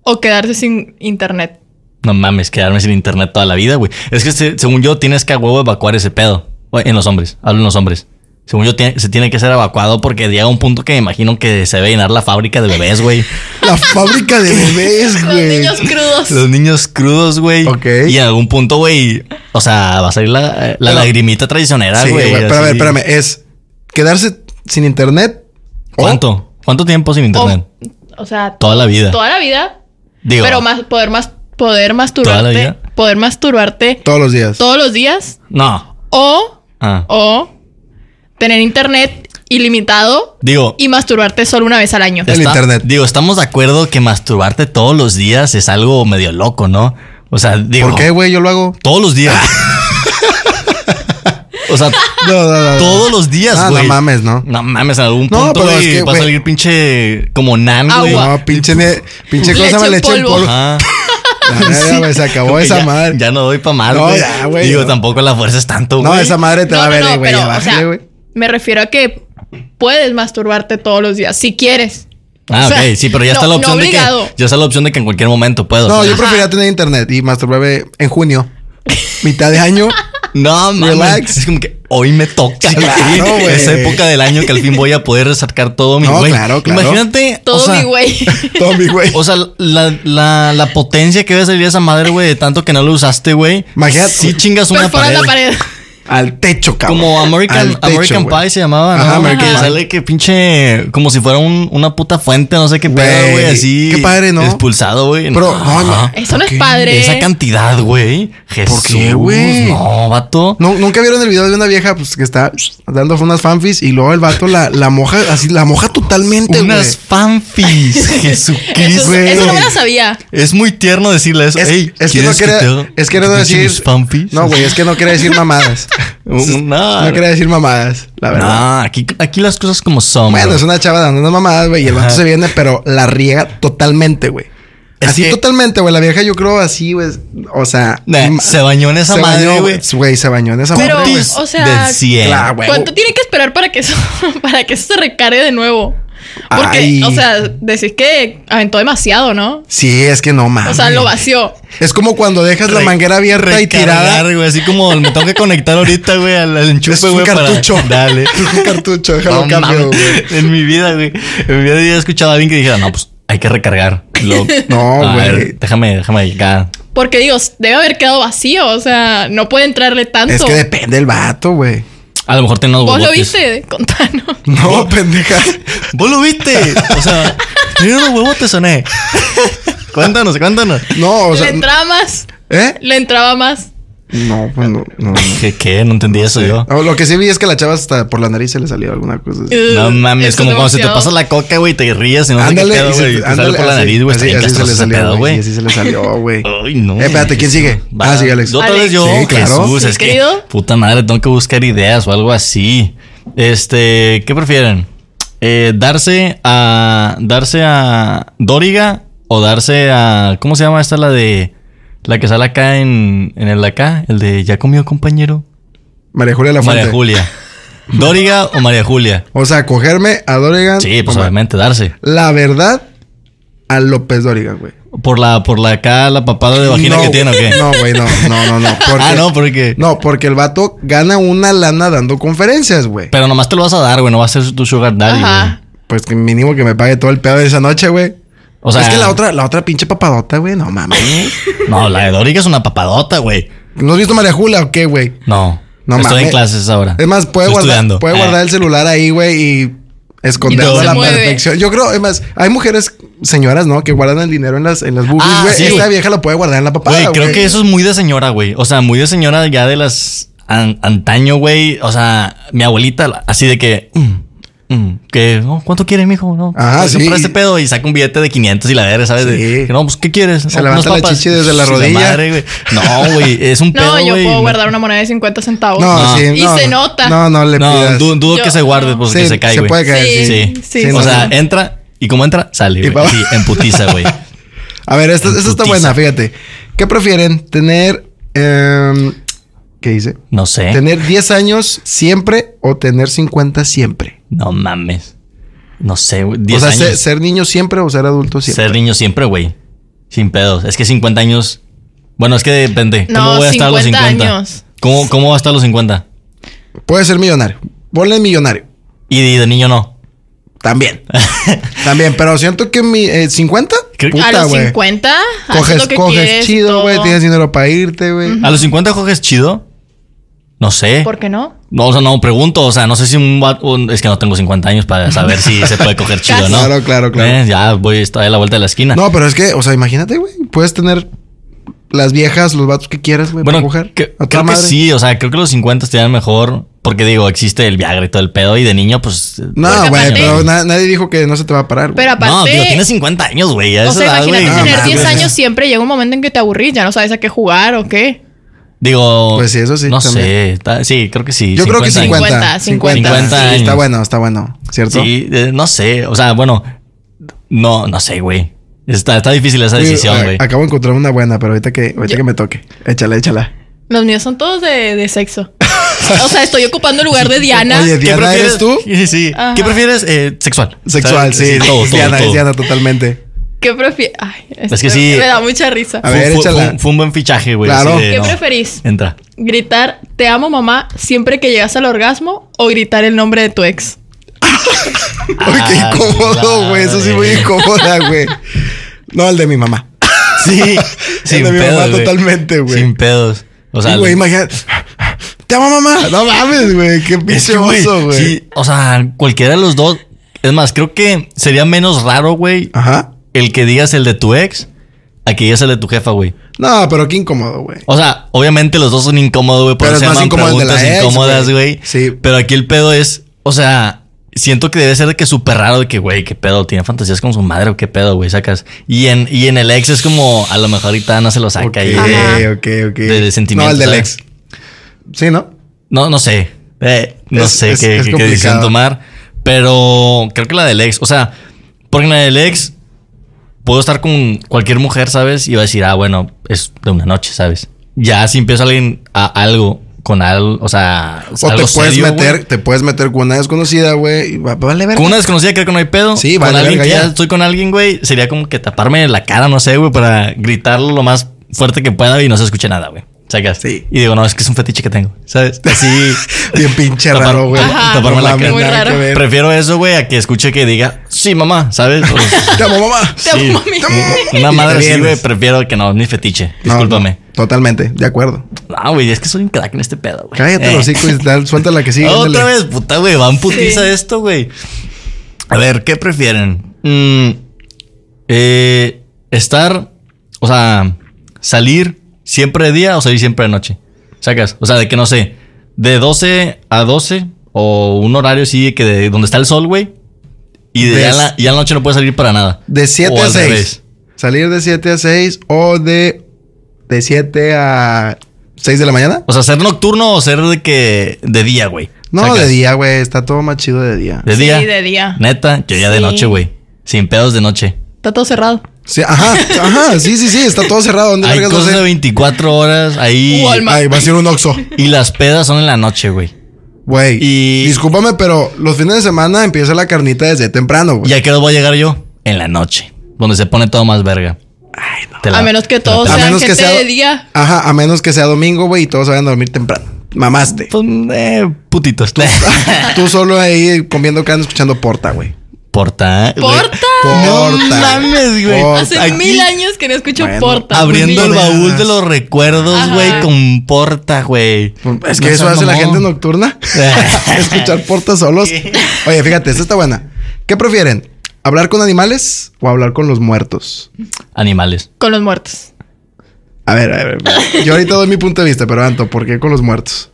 B: o quedarse sin internet?
C: No mames, quedarme sin internet toda la vida, güey. Es que se- según yo tienes que a huevo evacuar ese pedo. Güey, En los hombres, hablo en los hombres. Según yo tiene- se tiene que ser evacuado porque llega un punto que me imagino que se debe llenar la fábrica de
A: [laughs]
C: bebés, güey.
A: La fábrica de bebés,
B: Los
A: güey.
B: niños crudos.
C: Los niños crudos, güey.
A: Ok.
C: Y en algún punto, güey, o sea, va a salir la, eh, la
A: Pero-
C: lagrimita traicionera,
A: Sí,
C: Ah, güey.
A: güey, Pero a ver,
C: así.
A: espérame. Oh. Es quedarse sin internet. o-
C: ¿Cuánto? ¿Cuánto tiempo sin internet?
B: O, o sea,
C: Toda la vida.
B: toda la vida.
C: Digo,
B: Oh, pero más, poder más, poder
C: la
B: masturbarte.
C: vida?
B: Poder masturbarte
A: Todos los días.
B: todos los días.
C: no.
B: O,
C: Ah.
B: o tener internet ilimitado
C: Digo,
B: y masturbarte solo una vez al año.
A: El
C: Está-
A: internet.
C: Digo, estamos de acuerdo que masturbarte todos los días es algo medio loco, ¿no? O sea, digo.
A: ¿Por qué, güey? Yo lo hago.
C: Todos
A: [laughs]
C: los días. o sea,
A: No, no, no, no.
C: todos los días,
A: Ah,
C: güey.
A: no mames, ¿no?
C: No mames, en algún
A: No,
C: punto,
A: pero es
C: güey,
A: que,
C: va a
A: güey.
C: salir pinche como nan, güey.
B: Agua.
A: No, pinche, ne- pinche
B: Leche
A: cosa me
B: en
A: le eché el
B: polvo.
A: polvo. [laughs] La verga,
C: Ajá.
A: güey, se acabó
C: Porque
A: Oh, esa
C: [laughs] ya-
A: madre.
C: Ya no doy pa' mal,
A: No,
C: güey.
A: ya, güey,
C: Digo,
A: no.
C: tampoco la fuerza es tanto, güey.
A: no, esa madre te
B: No,
A: va a
B: no,
A: ver,
B: no,
A: güey.
B: pero,
A: ya
B: o
A: bájale,
B: sea,
A: güey.
B: Me refiero a que puedes masturbarte todos los días, si quieres.
C: Ah,
B: O sea,
C: ok, sí, pero ya está
B: no-
C: la opción
B: no
C: de que.
B: obligado.
C: Ya está la opción de que en cualquier momento puedo.
A: No,
C: o sea,
A: yo preferiría tener internet y masturbarme en junio. mitad de año.
C: [laughs] No, mames.
A: Relax.
C: Es como que hoy me toca.
A: Claro,
C: güey.
A: güey.
C: Esa época del año que al fin voy a poder resacar todo mi
A: No,
C: güey.
A: claro, claro.
C: Imagínate.
B: Todo
C: o sea,
A: [laughs]
B: mi güey.
A: Tommy, güey.
C: O sea, la, la, la potencia que debe salir esa madre, güey, de tanto que no lo usaste, güey.
A: Imagínate.
C: Sí chingas una
B: Perfora
C: pared.
B: la
C: güey.
B: pared.
A: Al techo, cabrón.
C: Como American,
A: Al techo,
C: American
A: güey.
C: Pie se llamaba, ¿no?
A: Ajá, American
C: que
A: Pie.
C: sale que pinche. Como si fuera un- una puta fuente, no sé qué pedo,
A: Güey,
C: güey. Así.
A: qué padre, ¿no?
C: Expulsado, güey.
A: Pero, ah,
C: Ajá.
A: no, ma-
B: Eso no
A: ¿Por
B: es
A: qué?
B: padre.
C: Esa cantidad, güey. Jesús.
A: qué, güey?
C: No, vato.
A: No, nunca vieron el video de una vieja pues, que está dando unas fanfis y luego el vato la, la moja, así la moja totalmente, güey.
C: Unas
B: [laughs]
C: fanfis. Jesucristo.
B: Eso, eso no me
A: güey.
B: la sabía.
C: Es muy tierno decirle eso.
A: Es,
C: Ey,
A: es que no
C: ¿quieres
A: quería,
C: te haga-
A: es que no
C: te eche
A: decir.
C: mis fanfis?
A: No, güey, es que no quería decir
C: [laughs]
A: mamadas. [laughs]
C: No.
A: No quería decir mamadas, la verdad.
C: Ah, aquí, aquí las cosas como son.
A: Bueno,
C: bro.
A: es una chava dando unas mamadas, güey, y el vato
C: Ajá.
A: se viene, pero la riega totalmente, güey.
C: Es
A: Así
C: que-
A: totalmente, güey. La vieja, yo creo, así, güey. O sea.
C: Nah,
A: ma-
C: se bañó en esa
A: se
C: madre,
A: bañó,
C: güey.
A: Güey, se bañó en esa
B: Pero-
A: madre, güey.
C: Cutis
B: o sea,
C: del cien.
A: La güey.
B: ¿Cuánto tiene que esperar para que eso, [laughs] para que eso se recargue de nuevo? Porque,
A: Ay.
B: o sea, decís que aventó demasiado, ¿no?
A: Sí, es que no mames.
B: O sea, lo vació.
A: Es como cuando dejas la
C: Re-
A: manguera abierta y
C: recargar,
A: tirada.
C: güey, así como me tengo que conectar ahorita, güey, al, al
A: Es
C: enchufe,
A: un
C: güey. para-
A: cartucho.
C: [laughs]
A: [laughs]
C: Dale.
A: Es un cartucho, déjalo
C: No
A: cambio,
C: mames.
A: güey.
C: En mi vida, güey. En mi vida yo he escuchado a alguien que dijera, no, pues hay que recargar. Lo-
A: [laughs]
C: [laughs]
A: No,
C: a
A: güey.
C: ver, Déjame, déjame acá.
B: Porque, digo, debe haber quedado vacío. O sea, no puede entrarle tanto.
A: Es que depende el vato, güey.
C: A lo mejor tenés
B: ¿Vos lo viste? Contanos.
A: No, [laughs] pendeja.
C: Vos lo viste. O sea, mira los huevos te soné. [laughs] cuéntanos, cuéntanos.
A: No, o sea.
B: [laughs] ¿Le entraba más?
A: ¿Eh?
B: ¿Le entraba más?
A: No, pues no. no, no.
C: ¿Qué? qué? No entendí eso yo.
A: No, Ah, lo que sí vi es que la chava hasta por la nariz se le salió alguna cosa. así.
B: [laughs]
C: No mames,
B: Eso
C: como
B: es
C: cuando se te
B: demasiado.
C: pasa la coca, güey, te ríes y no sé qué
A: Ándale,
C: pedo,
A: y se-
C: güey. y Te sale
A: ándale,
C: por la
A: así,
C: nariz, güey.
A: así, así se le salió, güey.
C: güey.
A: y Así se le
C: [laughs]
A: salió, güey.
C: Ay, no.
A: Eh, espérate, ¿quién sigue?
C: Va.
A: Ah, sí, Alex.
C: Yo otra
B: Alex.
C: vez yo,
A: Sí, claro.
C: Jesús,
B: Sí,
C: es
B: querido.
C: que puta madre, tengo que buscar ideas o algo así. Este, ¿qué prefieren? Eh, darse a darse a Dóriga o darse a ¿cómo se llama esta la de la que sale acá en en el de acá, el de ya comió compañero?
A: María Julia La Fuente.
C: María
A: [laughs]
C: Julia. Dóriga o María Julia.
A: O sea, cogerme a Dorigan.
C: Sí, pues
A: o sea,
C: obviamente darse.
A: La verdad, a López Dorigan, güey.
C: Por la por la acá la papada de vagina
A: No,
C: que tiene o qué?
A: güey. No, güey, no, no, no, no. Porque,
C: [laughs] ah, no, porque
A: No, porque el vato gana una lana dando conferencias, güey.
C: Pero nomás te lo vas a dar, güey, no va a ser tu sugar daddy. güey.
B: Ajá.
A: Pues que mínimo que me pague todo el pedo de esa noche, güey.
C: O sea,
A: es que la otra, la otra pinche papadota, güey, no mames.
C: No, la de Doriga es una papadota, güey.
A: ¿No has visto María Julia o qué, güey?
C: No.
A: No
C: Estoy
A: mames.
C: en clases ahora.
A: Es más, puede,
C: Estoy
A: guardar,
C: estudiando.
A: puede
C: Eh,
A: guardar el celular ahí, güey, y esconderlo
C: Y
A: a
C: se
A: la
B: mueve.
A: perfección. Yo creo, es más, hay mujeres, señoras, ¿no? Que guardan el dinero en las, en las boobies,
C: Ah,
A: güey.
C: sí,
A: Esta
C: güey.
A: vieja lo puede guardar en la papada,
C: Güey, creo que eso es muy de señora, güey. O sea, muy de señora ya de las an- antaño, güey. O sea, mi abuelita, la- así de que. mm, mm, que, no, ¿cuánto quiere, mijo? No,
A: Ah,
C: pues,
A: sí.
C: compra este pedo y saca un billete de 500 y la verga, ¿sabes? De-
A: Sí.
C: que, no, pues, ¿qué quieres?
A: Se
C: No,
A: levanta
C: unas
A: la
C: papas.
A: chichi desde la
C: Sí,
A: rodilla.
C: madre, güey. No, güey, es un pedo,
B: [laughs] No, yo
C: güey.
B: puedo guardar una moneda de 50 centavos.
A: No,
C: No.
A: sí,
B: Y
A: no,
B: se
A: no.
B: nota.
A: No, no le
C: No,
A: pidas.
C: du- dudo
B: Yo-
C: que se guarde,
B: no.
C: pues, que se cae,
A: puede
C: güey.
A: caer, sí.
B: Sí.
C: Sí,
B: Sí,
A: sí,
C: o
A: no,
C: sea,
A: no.
C: entra y como entra, sale,
A: Y
C: güey.
A: pa-
C: Así, en putiza, güey.
A: A ver, esta, esta está
C: Putiza.
A: buena, fíjate. ¿Qué prefieren? ¿Tener. em, ¿Qué dice? [laughs]
C: No sé.
A: ¿Tener 10 años siempre o tener 50 siempre?
C: No mames. No sé, güey. 10
A: O sea, se-
C: años.
A: ser, niño siempre o ser adulto
C: Ser,
A: siempre.
C: niño siempre, güey. Sin pedos. Es que 50 años. Bueno, es que depende. ¿Cómo
B: No,
C: voy a estar a los
B: 50
C: 50?
B: años.
C: ¿Cómo, ¿Cómo va a estar a los 50?
A: Puede ser millonario. Ponle millonario.
C: Y de, de niño no. [laughs]
A: También. También, pero siento que mi. eh, ¿50?
C: Creo-
B: a
A: Puta,
B: los
A: güey.
B: 50, haces
A: Coges,
B: lo que
A: coges
B: quieres,
A: chido,
B: todo.
A: güey. Tienes dinero para irte, güey.
C: ¿A los 50 coges chido? No sé.
B: ¿Por qué no?
C: No, o sea, no pregunto. O sea, no sé si un, va- un- Es que no tengo 50 años para saber si se puede
B: [laughs]
C: coger chido, ¿no?
A: Claro, claro, claro.
C: Eh, ya voy, estoy a la vuelta de la esquina.
A: No, pero es que, o sea, imagínate, güey. Puedes tener las viejas, los vatos que quieras, güey,
C: Bueno,
A: para coger.
C: que-
A: a toda
C: creo
A: madre.
C: que sí, o sea, creo que los 50 estarían mejor porque digo, existe el Viagra y todo el pedo y de niño pues...
A: No,
B: Porque
A: güey,
B: aparte-
A: pero na- nadie dijo que no se te va a parar, güey.
B: Pero aparte.
C: No, digo, tienes 50 años, güey. a
B: o
C: esa
B: sea,
C: edad,
B: imagínate
C: güey.
A: Ah,
B: tener
A: mames.
B: 10 años siempre. Llega un momento en que te aburrís, ya no sabes a qué jugar o qué.
C: Digo.
A: Pues sí, eso sí,
C: No
A: también.
C: sé. ta- sí, creo que sí.
A: Yo creo que
C: 50
A: 50.
B: 50, 50.
C: 50
A: Sí, Está
C: años.
A: bueno, está bueno, ¿cierto?
C: Sí, eh, no sé. O sea, bueno. No, no sé, güey. Está, está difícil esa
A: Uy,
C: decisión,
A: a-
C: güey.
A: Acabo de encontrar una buena, pero ahorita que, ahorita que me toque. Échala, échala.
B: Los míos son todos de,
C: [laughs]
B: de sexo. o sea, estoy ocupando el lugar de Diana.
A: Oye,
C: ¿Qué
A: Diana,
C: prefieres
A: ¿eres tú?
C: [laughs] Sí, sí.
B: Ajá.
C: ¿Qué prefieres? Eh, sexual.
A: Sexual,
C: ¿Sabes?
A: sí.
C: todo, todo,
A: Diana,
C: todo.
A: es Diana totalmente.
B: ¿Qué prefieres? Ay, esto
C: que sí.
B: Me da mucha risa.
A: A ver,
C: Fue- fue,
A: échala.
C: fue- fue un buen fichaje, güey.
A: Claro.
C: así de,
B: ¿Qué
C: no,
B: preferís?
C: Entra. [laughs]
B: ¿Gritar te amo mamá siempre que llegas al orgasmo o gritar el nombre de tu ex?
A: Ay, qué
C: Ah,
A: incómodo,
C: claro,
A: güey. Eso sí muy
C: güey.
A: incómoda, güey. No, el de mi mamá. [laughs]
C: Sí, sin
A: de mi
C: pedos,
A: mamá
C: güey.
A: totalmente, güey.
C: Sin pedos. O sea,
A: Sí, güey, imagínate. Te amo, mamá. No mames, güey. Qué
C: es que,
A: pinche oso, güey.
C: Sí, o sea, cualquiera de los dos. Es más, creo que sería menos raro, güey,
A: Ajá.
C: el que digas el de tu ex a que digas el de tu jefa, güey.
A: No, pero qué incómodo, güey.
C: O sea, obviamente los dos son incómodos, güey, por
A: Pero
C: eso
A: es
C: se
A: más
C: llaman
A: incómodo el de la
C: preguntas
A: ex,
C: incómodas,
A: güey.
C: güey.
A: Sí.
C: Pero aquí el pedo es, o sea, siento que debe ser de que súper raro de que, güey, qué pedo, tiene fantasías con su madre o qué pedo, güey, sacas. Y en, y en el ex es como, a lo mejor ahorita no se lo saca y
A: ok,
C: de-
A: ok, ok.
C: de, de sentimientos.
A: No, el del
C: ¿sabes?
A: ex. Sí, ¿no?
C: No, no sé. Eh, no
A: Es-
C: sé
A: es-
C: qué,
A: es
C: qué- qué
A: complicado.
C: decisión tomar. Pero creo que la del ex. O sea, porque en la del ex puedo estar con cualquier mujer, ¿sabes? Y va a decir, ah, bueno, es de una noche, ¿sabes? Ya si empieza alguien a algo con algo, o sea,
A: O te
C: Pues, algo
A: puedes
C: serio,
A: meter,
C: güey.
A: te puedes meter con una desconocida, güey. y va- Vale, verga.
C: Con una desconocida creo que no hay pedo.
A: Sí,
C: con
A: vale,
C: alguien
A: verga,
C: que
A: ya.
C: ya estoy con alguien, güey, sería como que taparme la cara, no sé, güey, para gritarlo lo más fuerte que pueda y no se escuche nada, güey. ¿Sacas?
A: Sí.
C: Y digo, no, es que es un fetiche que tengo, ¿sabes? Así.
A: [laughs] [laughs] Bien pinche
C: Tapar-
A: raro, güey.
B: Ajá.
C: taparme la
A: mames,
C: cara.
B: Muy
A: nada
B: raro.
A: que ver.
C: Prefiero eso, güey, a que escuche que diga, sí,
A: [laughs]
C: mamá, ¿sabes? O sea,
A: Te amo, mamá.
B: [laughs] Te amo, mami.
C: Una madre
A: Te
C: así, güey,
A: vienes.
C: prefiero que no, es mi fetiche.
A: No,
C: Discúlpame.
A: no, totalmente, de acuerdo.
C: Ah, güey, es que soy un crack en este pedo, güey.
A: Cállate
C: Eh.
A: los hocico y tal, suelta la que sigue.
C: [laughs] Otra
A: ándale.
C: vez, puta, güey, va en putiza
B: Sí.
C: esto, güey. A ver, ¿qué prefieren? Mm, eh, estar, o sea, salir siempre de día o salir siempre de noche. ¿Sacas? O sea, de que no sé, de 12 a 12 o un horario así que de donde está el sol, güey. Y de
A: Des-
C: ya, en la, ya en la noche no puedes salir para nada.
A: De 7
C: O
A: a
C: al
A: 6.
C: revés.
A: Salir de 7 a 6 o de de 7 a 6 de la mañana.
C: O sea, ser nocturno o ser de que de día, güey.
A: No,
C: ¿Sacas?
A: de día, güey. Está todo más chido de día.
C: De
B: Sí,
C: día.
B: de día.
C: Neta, yo ya de
B: Sí.
C: noche, güey. Sin pedos de noche.
B: Está todo cerrado.
A: Sí, ajá, ajá. Sí, sí, sí. Está todo cerrado. ¿Dónde
C: Hay
A: vergas no
C: cosas
A: sé?
C: de 24 horas ahí.
B: Walmart.
A: Ay, va a ser un oxo.
C: Y las pedas son en la noche, güey.
A: Güey.
C: Y-
A: Discúlpame, pero los fines de semana empieza la carnita desde temprano, güey.
C: ¿Y a qué hora voy a llegar yo? En la noche. Donde se pone todo más verga. Te la-
B: a menos que
C: te la
B: todo
C: pela.
B: sea gente de día.
A: Ajá, a menos que sea domingo, güey, y todos vayan a dormir temprano.
C: [laughs]
A: Mamaste.
C: Pues, eh, putitos.
B: [laughs]
A: Tú solo ahí comiendo carne, escuchando porta, güey.
C: Porta. güey.
B: ¡Porta!
C: No
A: Porta.
C: mames, güey.
A: Porta.
B: Hace
C: Aquí-
B: mil años que no escucho
A: Bueno,
B: porta.
C: Abriendo el
B: mil-
A: Monedas.
C: baúl de los recuerdos,
B: Ajá.
C: güey, con porta, güey.
A: Pues Es que
C: No
A: eso
C: seas
A: hace la
C: mamón.
A: gente
C: [laughs]
A: nocturna. [laughs] Escuchar portas solos. Oye, fíjate, esta está buena. ¿Qué prefieren? ¿Hablar con animales o hablar con los muertos?
C: Animales. [laughs]
B: Con los muertos.
A: A ver, a ver. a ver. Yo ahorita doy mi punto de vista, pero Anto, ¿por qué con los muertos?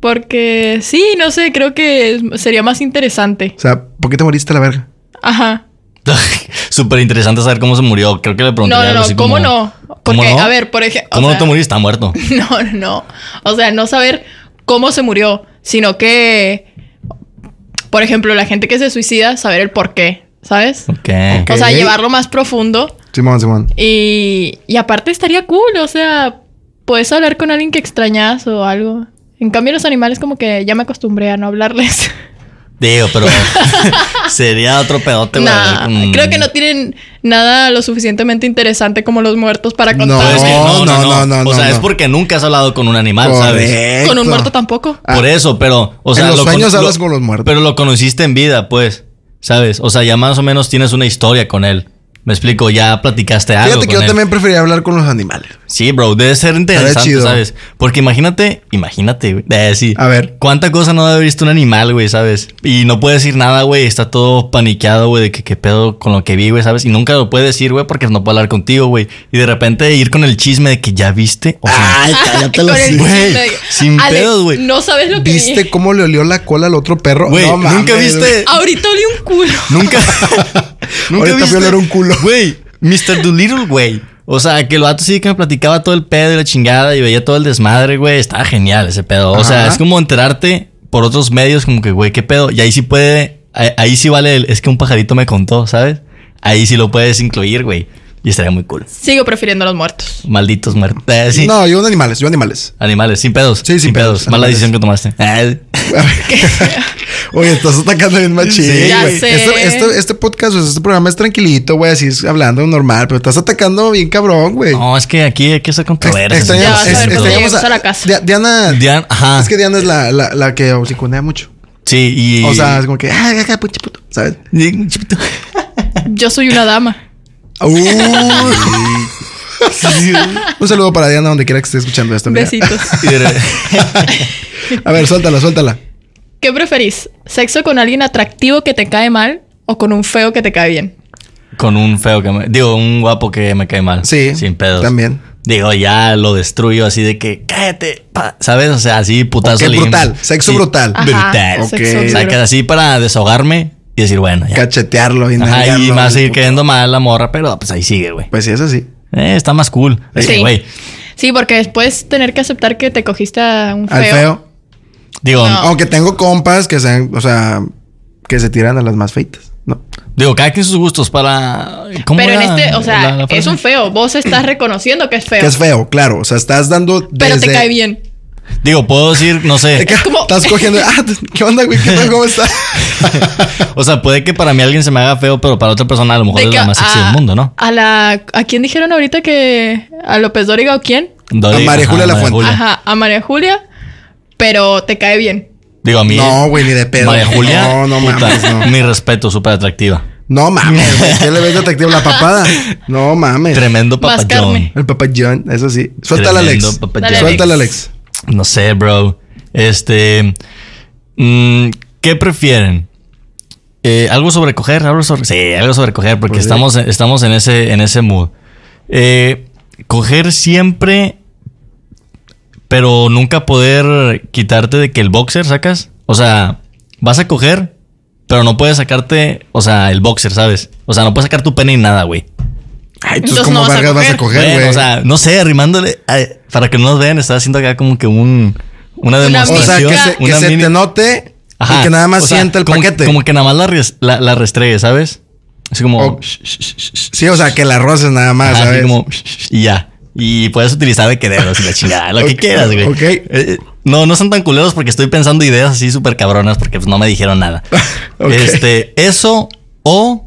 B: Porque sí, no sé, creo que es- sería más interesante.
A: O sea, ¿por qué te moriste a la verga?
B: Ajá. [laughs]
C: Súper interesante saber cómo se murió. Creo que le pregunté.
B: No, no, no, ¿cómo no? Porque, a ver, por ejemplo.
C: ¿Cómo no te muriste? Está muerto.
B: No, no, no. O sea, no saber cómo se murió, sino que, por ejemplo, la gente que se suicida, saber el por qué, ¿sabes?
C: Ok.
B: O sea,
A: Ok.
B: llevarlo más profundo
A: Simón, Simón.
B: y, y aparte estaría cool, o sea, puedes hablar con alguien que extrañas o algo. En cambio, los animales como que ya me acostumbré a no hablarles.
C: Digo,
B: [laughs]
C: pero [laughs] sería otro pedote, güey.
B: Nah,
C: Mm.
B: creo que no tienen nada lo suficientemente interesante como los muertos para contar.
C: Pero es que no, no, no,
A: No, no, no,
C: O sea,
A: no.
C: es porque nunca has hablado con un animal, ¿sabes?
B: Con
A: Correcto.
B: un muerto tampoco.
C: Por eso, pero, o sea,
A: Ah. en los
C: lo
A: sueños
C: cono-
A: hablas
C: lo-
A: con los muertos.
C: Pero lo conociste en vida, pues, ¿sabes? O sea, ya más o menos tienes una historia con él. Me explico, ya platicaste algo.
A: Fíjate que
C: con
A: yo
C: él.
A: también preferiría hablar con los animales.
C: Sí, bro, debe ser interesante,
A: chido.
C: ¿sabes? Porque imagínate, imagínate, güey. Eh, sí.
A: A ver.
C: ¿Cuánta cosa no debe haber visto un animal, güey, sabes? Y no puede decir nada, güey. Está todo paniqueado, güey, de que qué pedo con lo que vi, güey, ¿sabes? Y nunca lo puede decir, güey, porque no puede hablar contigo, güey. Y de repente ir con el chisme de que ya viste. O sea,
A: cállate
B: [laughs] Con el
C: Güey,
B: chisme de-
C: sin
B: Alex,
C: pedos, güey.
B: No sabes lo que vi.
A: ¿Viste cómo le olió la cola al otro perro?
C: güey,
A: No mames,
C: nunca viste.
B: Ahorita olí un culo.
A: [laughs]
C: Nunca.
A: Ahorita fui a oler un culo.
C: Güey, Mr. Doolittle, güey. O sea, que el vato sí que me platicaba todo el pedo y la chingada y veía todo el desmadre, güey. Estaba genial ese pedo. O sea,
A: Ajá.
C: es como enterarte por otros medios, como que, güey, qué pedo. Y ahí sí puede. ahí- Ahí sí vale el. Es que un pajarito me contó, ¿sabes? Ahí sí lo puedes incluir, güey. Y estaría muy cool.
B: Sigo prefiriendo los muertos.
C: Malditos muertos. Eh, sí.
A: No, yo animales, yo animales.
C: Animales, sin pedos.
A: Sí, sin pedos,
C: Mala
A: animales.
C: decisión que tomaste. Eh,
A: [laughs] Oye, estás atacando bien machín,
C: Sí,
B: ya
A: güey.
B: sé.
A: Este, este- este podcast, o sea, este programa es tranquilito, güey, así es hablando normal, pero estás atacando bien cabrón, güey.
C: No, es que aquí hay que hacer controversia.
A: Ex-
B: Ya
A: extrañamos-
B: vas a ver
A: es-
C: sin
B: cuando
A: extrañamos
C: pedos.
B: lleguemos a la casa.
A: Dia- Diana,
C: Diana- ajá.
A: es que Diana es la, la, la que obsicunea mucho.
C: Sí, y.
A: O sea, es como que, ah, ah, ah, pinche puto, ¿sabes?
C: y- chipito.
B: Yo soy una dama.
A: [laughs] Uy. Un saludo para Diana donde quiera que esté escuchando esto. amiga.
B: Besitos.
C: Y de-
A: [laughs] A ver, suéltala, suéltala.
B: ¿Qué preferís? ¿Sexo con alguien atractivo que te cae mal o con un feo que te cae bien?
C: [laughs] Con un feo que me. Digo, un guapo que me cae mal.
A: Sí,
C: Sin pedos.
A: también.
C: Digo, ya lo destruyo así de que cállate, pa", ¿sabes? O sea, así putazo.
A: Ok,
C: le digo,
A: brutal, sexo brutal.
B: Ajá,
C: brutal.
A: Ok.
B: sexo
C: O sea, que
B: duro.
C: así para desahogarme y decir, bueno, ya.
A: Cachetearlo y
C: Ajá, y
A: nalgarlo,
C: me va a seguir
A: puto.
C: quedando mal la morra, pero pues ahí sigue, güey.
A: Pues sí, eso sí.
C: Eh, está más cool. Es que,
B: Sí.
C: güey,
B: Sí, porque después tener que aceptar que te cogiste a un feo.
A: Al feo.
C: digo,
B: No.
A: Aunque tengo compas que sean, o sea, que se tiran a las más feitas. No.
C: digo, cada quien sus gustos para. ¿cómo
B: Pero en
C: era
B: este, o sea,
C: la- la
B: es
C: frase?
B: un feo. Vos estás reconociendo que es feo.
A: Que es feo, claro. O sea, estás dando.
B: pero te
A: desde- [laughs]
B: cae bien.
C: Digo, puedo decir, no sé.
A: Te ca-
B: Es [laughs] como-
A: Estás cogiendo. Ah, ¿qué onda, güey? ¿Qué tal? ¿Cómo
C: [laughs]
A: estás?
C: o sea, puede que para mí alguien se me haga feo, pero para otra persona a lo mejor
B: De
C: es
B: que ah.
C: la más sexy del mundo, ¿no?
B: A la. ¿A quién dijeron ahorita que. A López Dóriga o quién?
C: Dory-
A: A María
C: ajá,
A: Julia La Fuente. Julia.
B: Ajá, a María Julia. Pero te cae bien.
C: Digo, a mí.
A: No, güey, ni de pedo.
C: María Julia.
A: No, no
C: puta,
A: mames, no.
C: Mi respeto, súper atractiva.
A: No mames, güey. ¿Qué le ves detective? La papada. No mames.
C: Tremendo
B: Más
C: papayón.
B: carne.
A: El papayón, eso sí. Suéltala,
C: Tremendo
A: Alex.
C: papayón.
B: Dale,
A: Suéltala, Alex.
B: Alex.
C: No sé, bro. Este. mm, ¿Qué prefieren? Eh, ¿Algo sobre coger? ¿Algo sobre- Sí, algo sobre coger, porque
A: Pues sí.
C: estamos, estamos en, ese, en ese mood. Eh, coger siempre, pero nunca poder quitarte de que el boxer sacas. O sea, vas a coger, pero no puedes sacarte, o sea, el boxer, ¿sabes? O sea, no puedes sacar tu pene ni nada, güey.
A: Ay, entonces,
B: Entonces
A: como
B: no vas a
A: vergas vas a
B: coger.
A: coger,
C: Bueno,
A: güey.
C: o sea, no sé, arrimándole. ay, para que no nos vean, estaba haciendo acá como que un, una
A: O sea,
C: demostración.
A: que se, que
C: una
A: se
C: mini-
A: te note
C: Ajá,
A: y que nada más
C: o sea,
A: sienta el
C: como,
A: paquete.
C: Como que nada más la, ries- la, la restregue, ¿sabes? Así como.
A: O- Sí, o sea, que la roces nada más,
C: ajá, así
A: Ah, ¿sabes?
C: como, Y ya. Y puedes utilizar de que dedos y la chingada, lo
A: Ok,
C: que quieras, güey.
A: ok.
C: Eh, eh, no, no son tan culeros porque estoy pensando ideas así súper cabronas porque pues, no me dijeron nada.
A: [laughs] Ok.
C: Este, eso o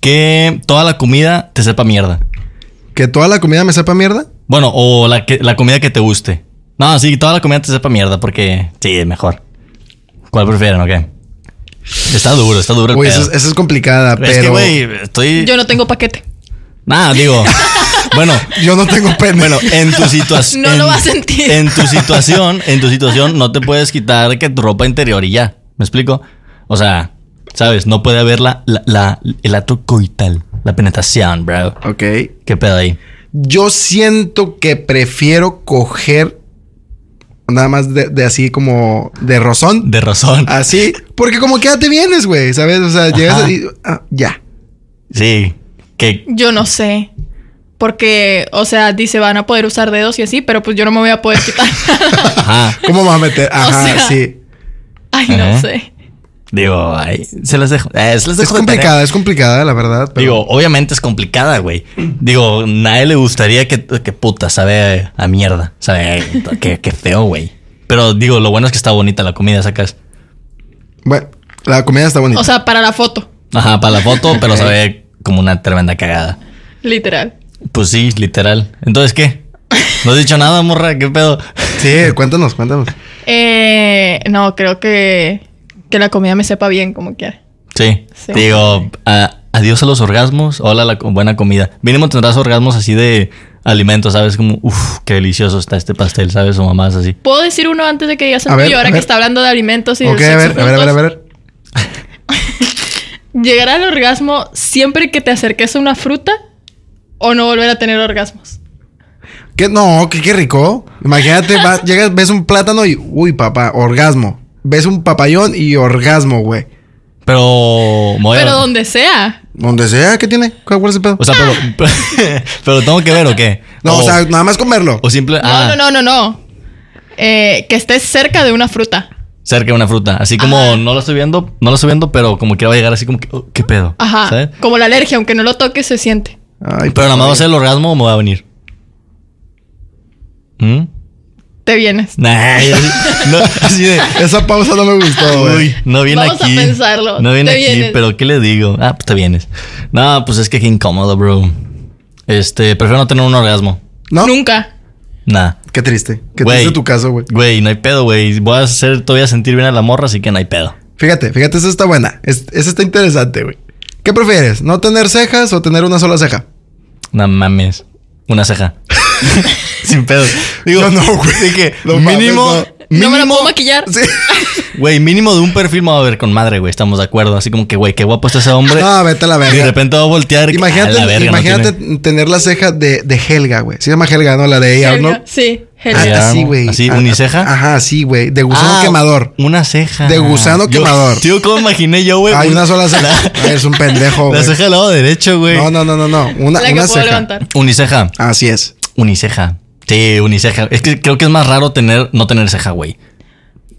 C: que toda la comida te sepa mierda.
A: Que toda la comida me sepa mierda.
C: Bueno, o la, que, la comida que te guste. No, sí, toda la comida te sepa mierda porque sí, es mejor. ¿Cuál prefieren o qué? Está duro, está duro el
A: Güey,
C: pedo.
A: eso, es- eso es complicada,
C: Es que,
A: pero
C: güey, estoy...
B: Yo no tengo paquete.
C: Nada,
B: [laughs]
C: digo... bueno,
A: yo no tengo pene.
C: bueno, en tu situación...
B: No lo vas a sentir.
C: En tu situación, en tu situación no te puedes quitar que tu ropa interior y ya. ¿Me explico? O sea, ¿sabes? No puede haber la, la, la- el acto coital, la penetración, bro.
A: [laughs] Ok.
C: ¿Qué pedo ahí?
A: Yo siento que prefiero coger nada más de, de así como de rozón.
C: De razón.
A: Así. Porque como que ya te vienes, güey, ¿sabes? O sea, llegas
C: Ajá.
A: y ah, ya.
C: Sí. Que
B: Yo no sé. Porque, o sea, dice, van a poder usar dedos y así, pero pues yo no me voy a poder quitar. [laughs]
C: Ajá.
A: ¿Cómo vas a
C: [laughs]
A: meter? Ajá,
B: sea,
A: sí.
B: Ay, no
C: Ajá.
B: sé.
C: Digo, ay, se las dejo. eh, se
A: Es
C: las dejo de tarea.
A: complicada, es complicada, la verdad. pero-
C: Digo, obviamente es complicada, güey. Digo, nadie le gustaría que, que puta sabe a mierda. Sabe a- que, que feo, güey. Pero digo, lo bueno es que está bonita la comida, sacas.
A: Bueno, la comida está bonita.
B: O sea, para la foto,
C: Ajá, para la foto,
A: [laughs]
C: pero
A: Ok.
C: sabe como una tremenda cagada.
B: literal.
C: Pues sí, literal. Entonces, ¿qué? No has dicho nada, morra, qué pedo.
A: sí, cuéntanos, cuéntanos.
B: Eh, no, creo que, que la comida me sepa bien como quiera.
C: Sí.
B: Sí.
C: Digo, a- adiós a los orgasmos, hola a la co- buena comida. Mínimo tendrás orgasmos así de alimentos, ¿sabes? Como, uff, qué delicioso está este pastel, ¿sabes? O mamás así.
B: ¿Puedo decir uno antes de que digas el
A: A ver,
B: tuyo? Ahora
A: a
B: que
A: ver.
B: está hablando de alimentos y del
A: Ok, a ver,
B: sexo
A: a ver, a ver, a
B: juntos.
A: ver.
B: ¿Llegar al orgasmo siempre que te acerques a una fruta o no volver a tener orgasmos?
A: ¿Qué? No, qué, qué rico. Imagínate,
B: [laughs]
A: vas- llegas, ves un plátano y, uy, papá, orgasmo. Ves un papayón y orgasmo, güey.
C: Pero, me voy a-
B: Pero donde sea.
A: Donde sea, ¿qué tiene? ¿Cuál cuál es el pedo?
C: O sea, pero, [laughs] pero tengo que ver o qué?
A: no,
C: o,
A: o sea, nada más comerlo.
C: o simple, ah,
B: No, no, no, no, no. Eh, que estés cerca de una fruta.
C: cerca de una fruta, así como
B: Ajá.
C: no lo estoy viendo, no lo estoy viendo, pero como que va a llegar así como que oh, qué pedo.
B: Ajá.
C: ¿sabes?
B: Como la alergia, aunque no lo toques, se siente.
A: Ay, pues,
C: Pero nada más va a ser el orgasmo o me va a venir. ¿Mm?
B: Te vienes.
C: Nah, [laughs] yo- no, así de,
A: Esa pausa no me gustó, güey.
C: no viene
B: Vamos a
C: aquí.
B: pensarlo.
C: No viene
B: Te
C: aquí,
B: vienes.
C: pero ¿qué le digo? Ah, pues te vienes. No, pues es que qué incómodo, bro. Este, prefiero no tener un orgasmo.
A: No.
B: Nunca.
C: Nah.
A: Qué triste. Qué
C: Güey.
A: triste tu caso, güey.
C: Güey, no hay pedo, güey. Voy a hacer todavía sentir bien a la morra, así que no hay pedo.
A: Fíjate, fíjate, esa está buena. Es- esa está interesante, güey. ¿Qué prefieres? ¿No tener cejas o tener una sola ceja?
C: No mames. Una ceja. [laughs] Sin pedo. Digo,
A: Yo no, güey.
C: Dije,
A: No mames,
C: mínimo,
A: no.
B: No me la
C: mínimo-
B: puedo maquillar.
A: Sí.
C: Güey, mínimo de un perfil me va a ver con madre, güey. Estamos de acuerdo. Así como que, güey, qué guapo está ese
A: [laughs]
C: hombre.
A: No, vete a la
C: y de
A: Ah, verga.
C: repente va a voltear. y que,
A: Imagínate,
C: "A la verga, no
A: imagínate
C: tiene".
A: tener la ceja de, de Helga, güey. Se llama Helga, ¿no? La de ella,
B: Helga.
A: ¿no?
B: Sí, Helga.
A: Ah,
C: Helga.
A: así, güey.
C: Así,
A: Ah,
C: uniceja.
A: Ajá, así, güey. De gusano
C: Ah,
A: quemador.
C: Una ceja.
A: De gusano
C: Yo-
A: quemador.
C: Tío, ¿cómo imaginé yo, güey?
A: Hay
C: Un-
A: una sola ceja. Ay, es un pendejo,
C: [laughs] La
A: güey.
C: ceja del lado derecho, güey.
A: No, no, no, no, no. Una,
B: la que
A: una
B: puedo
A: ceja.
B: levantar.
C: Uniceja.
A: Así es.
C: Uniceja. Sí, uniceja. Es que creo que es más raro tener, no tener ceja, güey.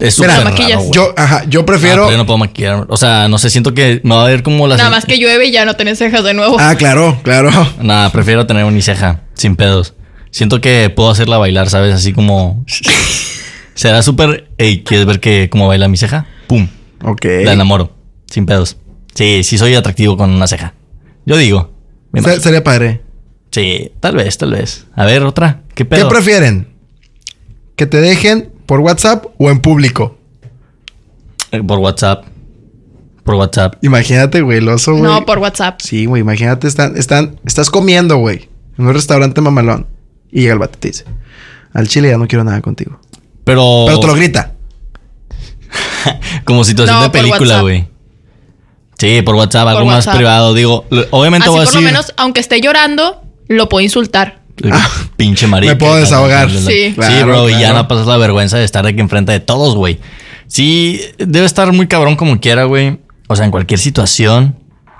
C: Es
A: Mira,
C: súper raro,
B: maquillas.
C: güey.
A: Yo, ajá, yo
C: Ah, pero
A: prefiero.
C: yo no puedo maquillar. O sea, no sé, siento que me va a ver como la.
B: Nada
C: ce-
B: más que llueve y ya no tenés cejas de nuevo.
A: Ah, claro, claro. [laughs]
C: Nah, prefiero tener uniceja, sin pedos. Siento que puedo hacerla bailar, ¿sabes? Así como. [laughs] Será súper. Ey, ¿quieres ver que cómo baila mi ceja? ¡Pum!
A: Ok.
C: La enamoro, sin pedos. Sí, sí, soy atractivo con una ceja. Yo digo. Me
A: Se-
C: imagino.
A: sería padre.
C: Sí, tal vez, tal vez. A ver, otra. ¿Qué
A: ¿Qué
C: pedo?
A: prefieren? ¿Que te dejen por WhatsApp o en público?
C: Eh, Por WhatsApp. Por WhatsApp.
A: Imagínate, güey, el oso, güey.
B: no, por WhatsApp.
A: Sí, güey, imagínate, están, están, estás comiendo, güey, en un restaurante mamalón. Y llega el vato y te dice, al chile ya no quiero nada contigo.
C: Pero.
A: Pero te lo grita.
C: Como situación
B: No,
C: de
B: por
C: película,
B: WhatsApp.
C: güey. Sí, por WhatsApp,
B: Por
C: algo más
B: WhatsApp.
C: privado. Digo, lo- obviamente
B: Así por
C: voy a
B: lo
C: decir. [laughs]
B: menos, aunque esté llorando, lo puedo insultar.
C: eh,
A: Ah,
C: pinche marica.
A: me puedo
C: y tal,
A: desahogar.
C: tal, tal, tal.
B: Sí.
C: Sí,
A: Claro,
C: bro, y ya
A: claro.
C: no pasas la vergüenza de estar aquí enfrente de todos, güey. Sí, debe estar muy cabrón como quiera, güey. O sea, en cualquier situación,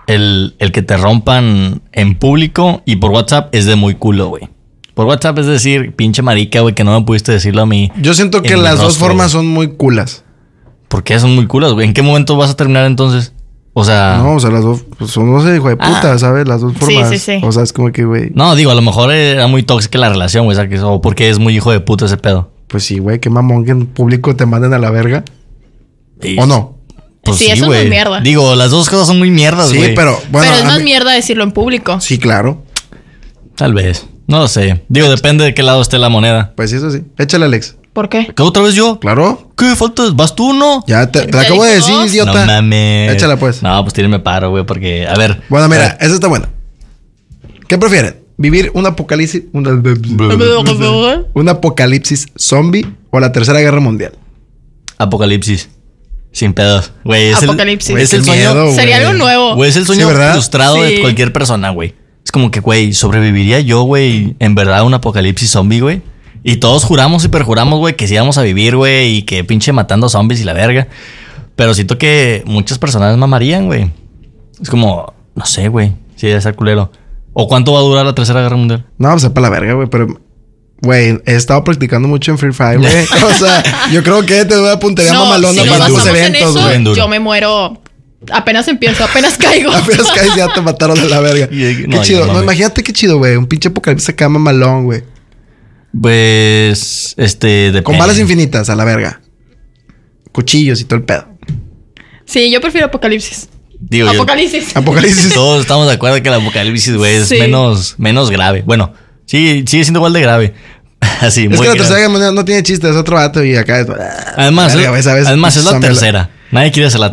C: el, el que te rompan en público y por WhatsApp es de muy culo, güey. Por WhatsApp es decir, pinche marica, güey, que no me pudiste decirlo a mí.
A: Yo siento que
C: en mi
A: las dos
C: rostro,
A: formas
C: güey.
A: son muy culas.
C: ¿Por qué son muy culas, güey? ¿En qué momento vas a terminar entonces? O sea.
A: No, o sea, las dos pues, son, no sé, hijo de puta,
C: Ah.
A: ¿sabes? Las dos
B: Sí,
A: formas.
B: sí, sí.
A: O sea, es como que, güey,
C: No, digo, a lo mejor era muy tóxica la relación, güey. O sea, que- O porque es muy hijo de puta ese pedo.
A: pues sí, güey, qué mamón que en público te manden a la verga.
C: Y-
A: ¿O no?
C: Pues
B: Sí, eso es muy
C: güey.
B: mierda.
C: Digo, las dos cosas son muy mierdas,
A: sí,
C: güey.
A: pero bueno.
B: pero es
A: a
B: más
A: mí-
B: mierda decirlo en público.
A: Sí, claro.
C: Tal vez. No lo sé. Digo, depende de qué lado esté la moneda.
A: Pues sí, eso sí. Échale, Alex.
B: ¿Por qué?
C: ¿Qué otra vez yo?
A: Claro.
C: ¿Qué faltas? ¿Vas tú no?
A: Ya te, te
B: Ya
A: acabo de
B: dijo
A: decir,
B: dos.
A: idiota.
C: No mames.
A: Échala, pues.
C: No, pues tírenme paro, güey, porque... A ver.
A: Bueno,
C: A
A: mira,
C: ver.
A: esa está buena. ¿Qué prefieren? ¿Vivir un apocalipsis, una- un apocalipsis zombie o la tercera guerra mundial?
C: Apocalipsis. Sin pedos. Güey, es el-
B: Apocalipsis.
C: güey, es el
A: Qué
C: sueño...
A: miedo,
B: Sería
A: güey.
B: algo nuevo.
C: Güey, es el
A: Sí,
C: sueño
A: ¿verdad?
C: frustrado de
B: Sí.
C: cualquier persona, güey. Es como que, güey, ¿sobreviviría yo, güey, en verdad a un apocalipsis zombie, güey? Y todos juramos y perjuramos, güey, que sí íbamos a vivir, güey, y que pinche matando zombies y la verga. Pero siento que muchas personas mamarían, güey. Es como, no sé, güey, sí, debe ser culero. ¿O cuánto va a durar la Tercera Guerra Mundial?
A: No, pues para la verga, güey, pero. Güey, he estado practicando mucho en Free Fire,
C: [laughs]
A: güey. O sea, yo creo que te doy a puntería
B: No,
A: mamalona
B: si
A: para
B: nos
A: tus
B: basamos en
A: eventos,
B: eso, [laughs]
A: güey. [laughs]
C: güey.
B: yo me muero. Apenas empiezo, apenas caigo.
A: Apenas caes ya te mataron a la verga.
C: Y de-
A: qué
C: no, ya
A: chido.
C: no
A: No,
C: mames.
A: imagínate qué chido, güey. Un pinche apocalipsis acá mamalón, güey.
C: Pues, este, depende.
A: Con balas infinitas a la verga. Cuchillos y todo el pedo.
B: Sí, yo prefiero apocalipsis.
C: Digo, yo-
B: apocalipsis.
A: Apocalipsis.
C: Todos estamos de acuerdo que el apocalipsis, güey, es
B: Sí.
C: menos, menos grave. Bueno, sí, sigue siendo igual de grave. [laughs] Así,
A: es que
C: muy
A: la
C: grave.
A: tercera guerra mundial no tiene chistes, es otro vato y acá es. ah,
C: Además,
A: Verga, güey, ¿sabes?
C: además es la
A: Zombie,
C: tercera. Nadie quiere ser la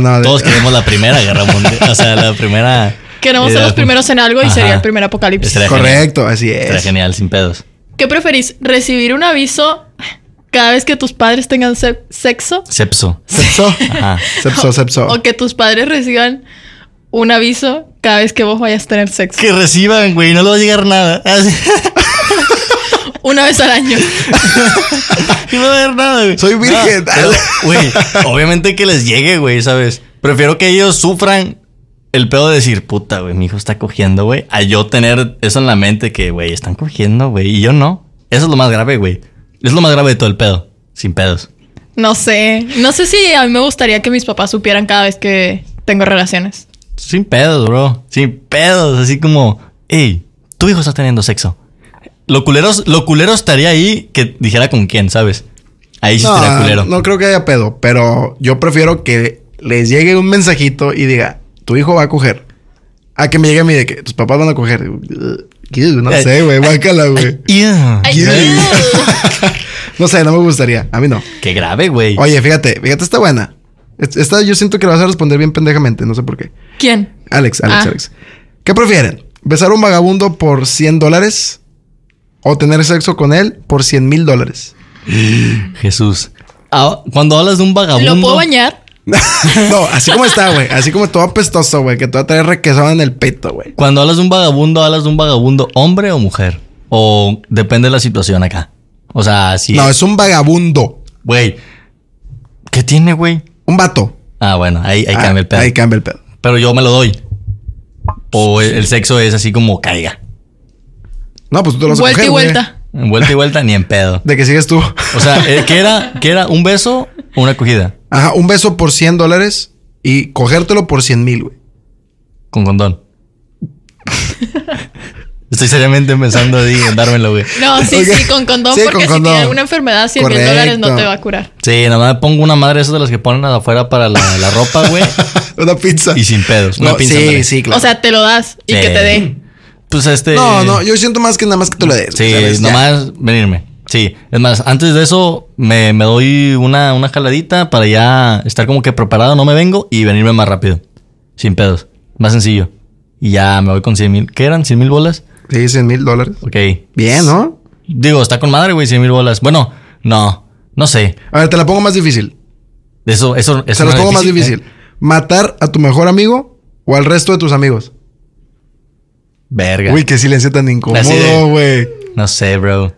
A: No, no, de-
C: Todos queremos la primera guerra mundial. O sea, la primera.
B: [laughs] Queremos ser
C: era-
B: los primeros en algo y
C: Ajá.
B: sería el primer apocalipsis.
C: Estaría
A: Correcto, así
C: genial. Estaría
A: es.
C: genial, sin pedos.
B: ¿Qué preferís? ¿Recibir un aviso cada vez que tus padres tengan se- sexo?
C: Sepso.
A: Sepso.
C: Ajá.
A: Sepso, sepso.
B: [laughs] ¿O que tus padres reciban un aviso cada vez que vos vayas a tener sexo?
C: Que reciban, güey, no le va a llegar nada. [laughs] Así-
B: Una vez al año.
C: no va a haber nada, güey.
A: Soy virgen.
C: No, pero, Güey, obviamente que les llegue, güey, ¿sabes? Prefiero que ellos sufran el pedo de decir, puta, güey, mi hijo está cogiendo, güey, a yo tener eso en la mente que, güey, están cogiendo, güey, y yo no. Eso es lo más grave, güey. Es lo más grave de todo el pedo. Sin pedos.
B: [laughs] No sé. No sé si a mí me gustaría que mis papás supieran cada vez que tengo relaciones.
C: Sin pedos, bro. Sin pedos. Así como, hey, tu hijo está teniendo sexo. Lo culero, lo culero estaría ahí que dijera con quién, ¿sabes? Ahí sí estaría culero.
A: No, no creo que haya pedo, pero yo prefiero que les llegue un mensajito y diga, tu hijo va a coger. A que me llegue a mí de que tus papás van a coger. No sé, güey, bácala, güey.
C: Yeah.
B: Ay,
A: [laughs] No sé, no me gustaría. A mí no.
C: Qué grave, güey.
A: Oye, fíjate, fíjate, está buena. Es- Esta yo siento que la vas a responder bien pendejamente, no sé por qué.
B: ¿Quién?
A: Alex, Alex,
B: Ah.
A: Alex. ¿Qué prefieren? ¿Besar a un vagabundo por 100 dólares? ¿O tener sexo con él por 100 mil
B: [laughs]
A: dólares?
C: Jesús. Ah, Cuando hablas de un vagabundo.
B: ¿Lo puedo bañar?
A: No, así como está, güey. Así como todo apestoso, güey. Que te va a traer requesado en el peto, güey.
C: Cuando hablas de un vagabundo, hablas de un vagabundo hombre o mujer. O depende de la situación acá. O sea, si.
A: No, es un vagabundo.
C: Güey. ¿Qué tiene, güey?
A: Un vato.
C: Ah, bueno, ahí, ahí
A: Ah,
C: cambia el pedo.
A: Ahí cambia el pedo.
C: Pero yo me lo doy. O el, el sexo es así como caiga.
A: No, pues tú te lo vas a
B: Vuelta y
A: coger, güey.
B: vuelta.
C: En Vuelta y vuelta ni en pedo.
A: De que sigues tú.
C: O sea, eh, ¿qué era, ¿qué era? ¿Un beso o una acogida?
A: Ajá, un beso por 100 dólares y cogértelo por 100 mil, güey.
C: Con condón. [laughs] Estoy seriamente pensando ahí en dármelo, güey.
B: No,
A: [laughs]
B: sí,
A: Ok.
B: sí, con condón,
A: Sí,
B: porque
A: con
B: si
A: condón.
B: tiene alguna enfermedad, 100 mil dólares no
A: Correcto.
B: te va a curar.
C: Sí, nada más pongo una madre esas de las que ponen afuera para la, la ropa, güey.
A: Una pizza.
C: Y sin pedos. Una
A: No,
C: pinza, ándale.
A: sí, sí, claro.
B: O sea, te lo das [laughs] y
C: Sí.
B: que te dé.
C: Pues este.
A: no, no, yo siento más que nada más que tú le des.
C: Sí,
A: ¿sabes? Ya.
C: nomás venirme. Sí, es más, antes de eso me, me doy una, una jaladita para ya estar como que preparado, no me vengo y venirme más rápido. Sin pedos. Más sencillo. Y ya me voy con 100 mil. ¿Qué eran? ¿100 mil bolas?
A: Sí, 100 mil dólares.
C: Ok.
A: Bien, ¿no?
C: Digo, está con madre, güey, 100 mil bolas. Bueno, no, no sé.
A: A ver, te la pongo más difícil.
C: Eso, eso, eso
A: Se
C: no
A: los
C: es
A: pongo más difícil.
C: ¿eh?
A: ¿Matar a tu mejor amigo o al resto de tus amigos?
C: Verga.
A: Uy, qué silencio tan
C: Así de-
A: incómodo, güey.
C: No sé, bro.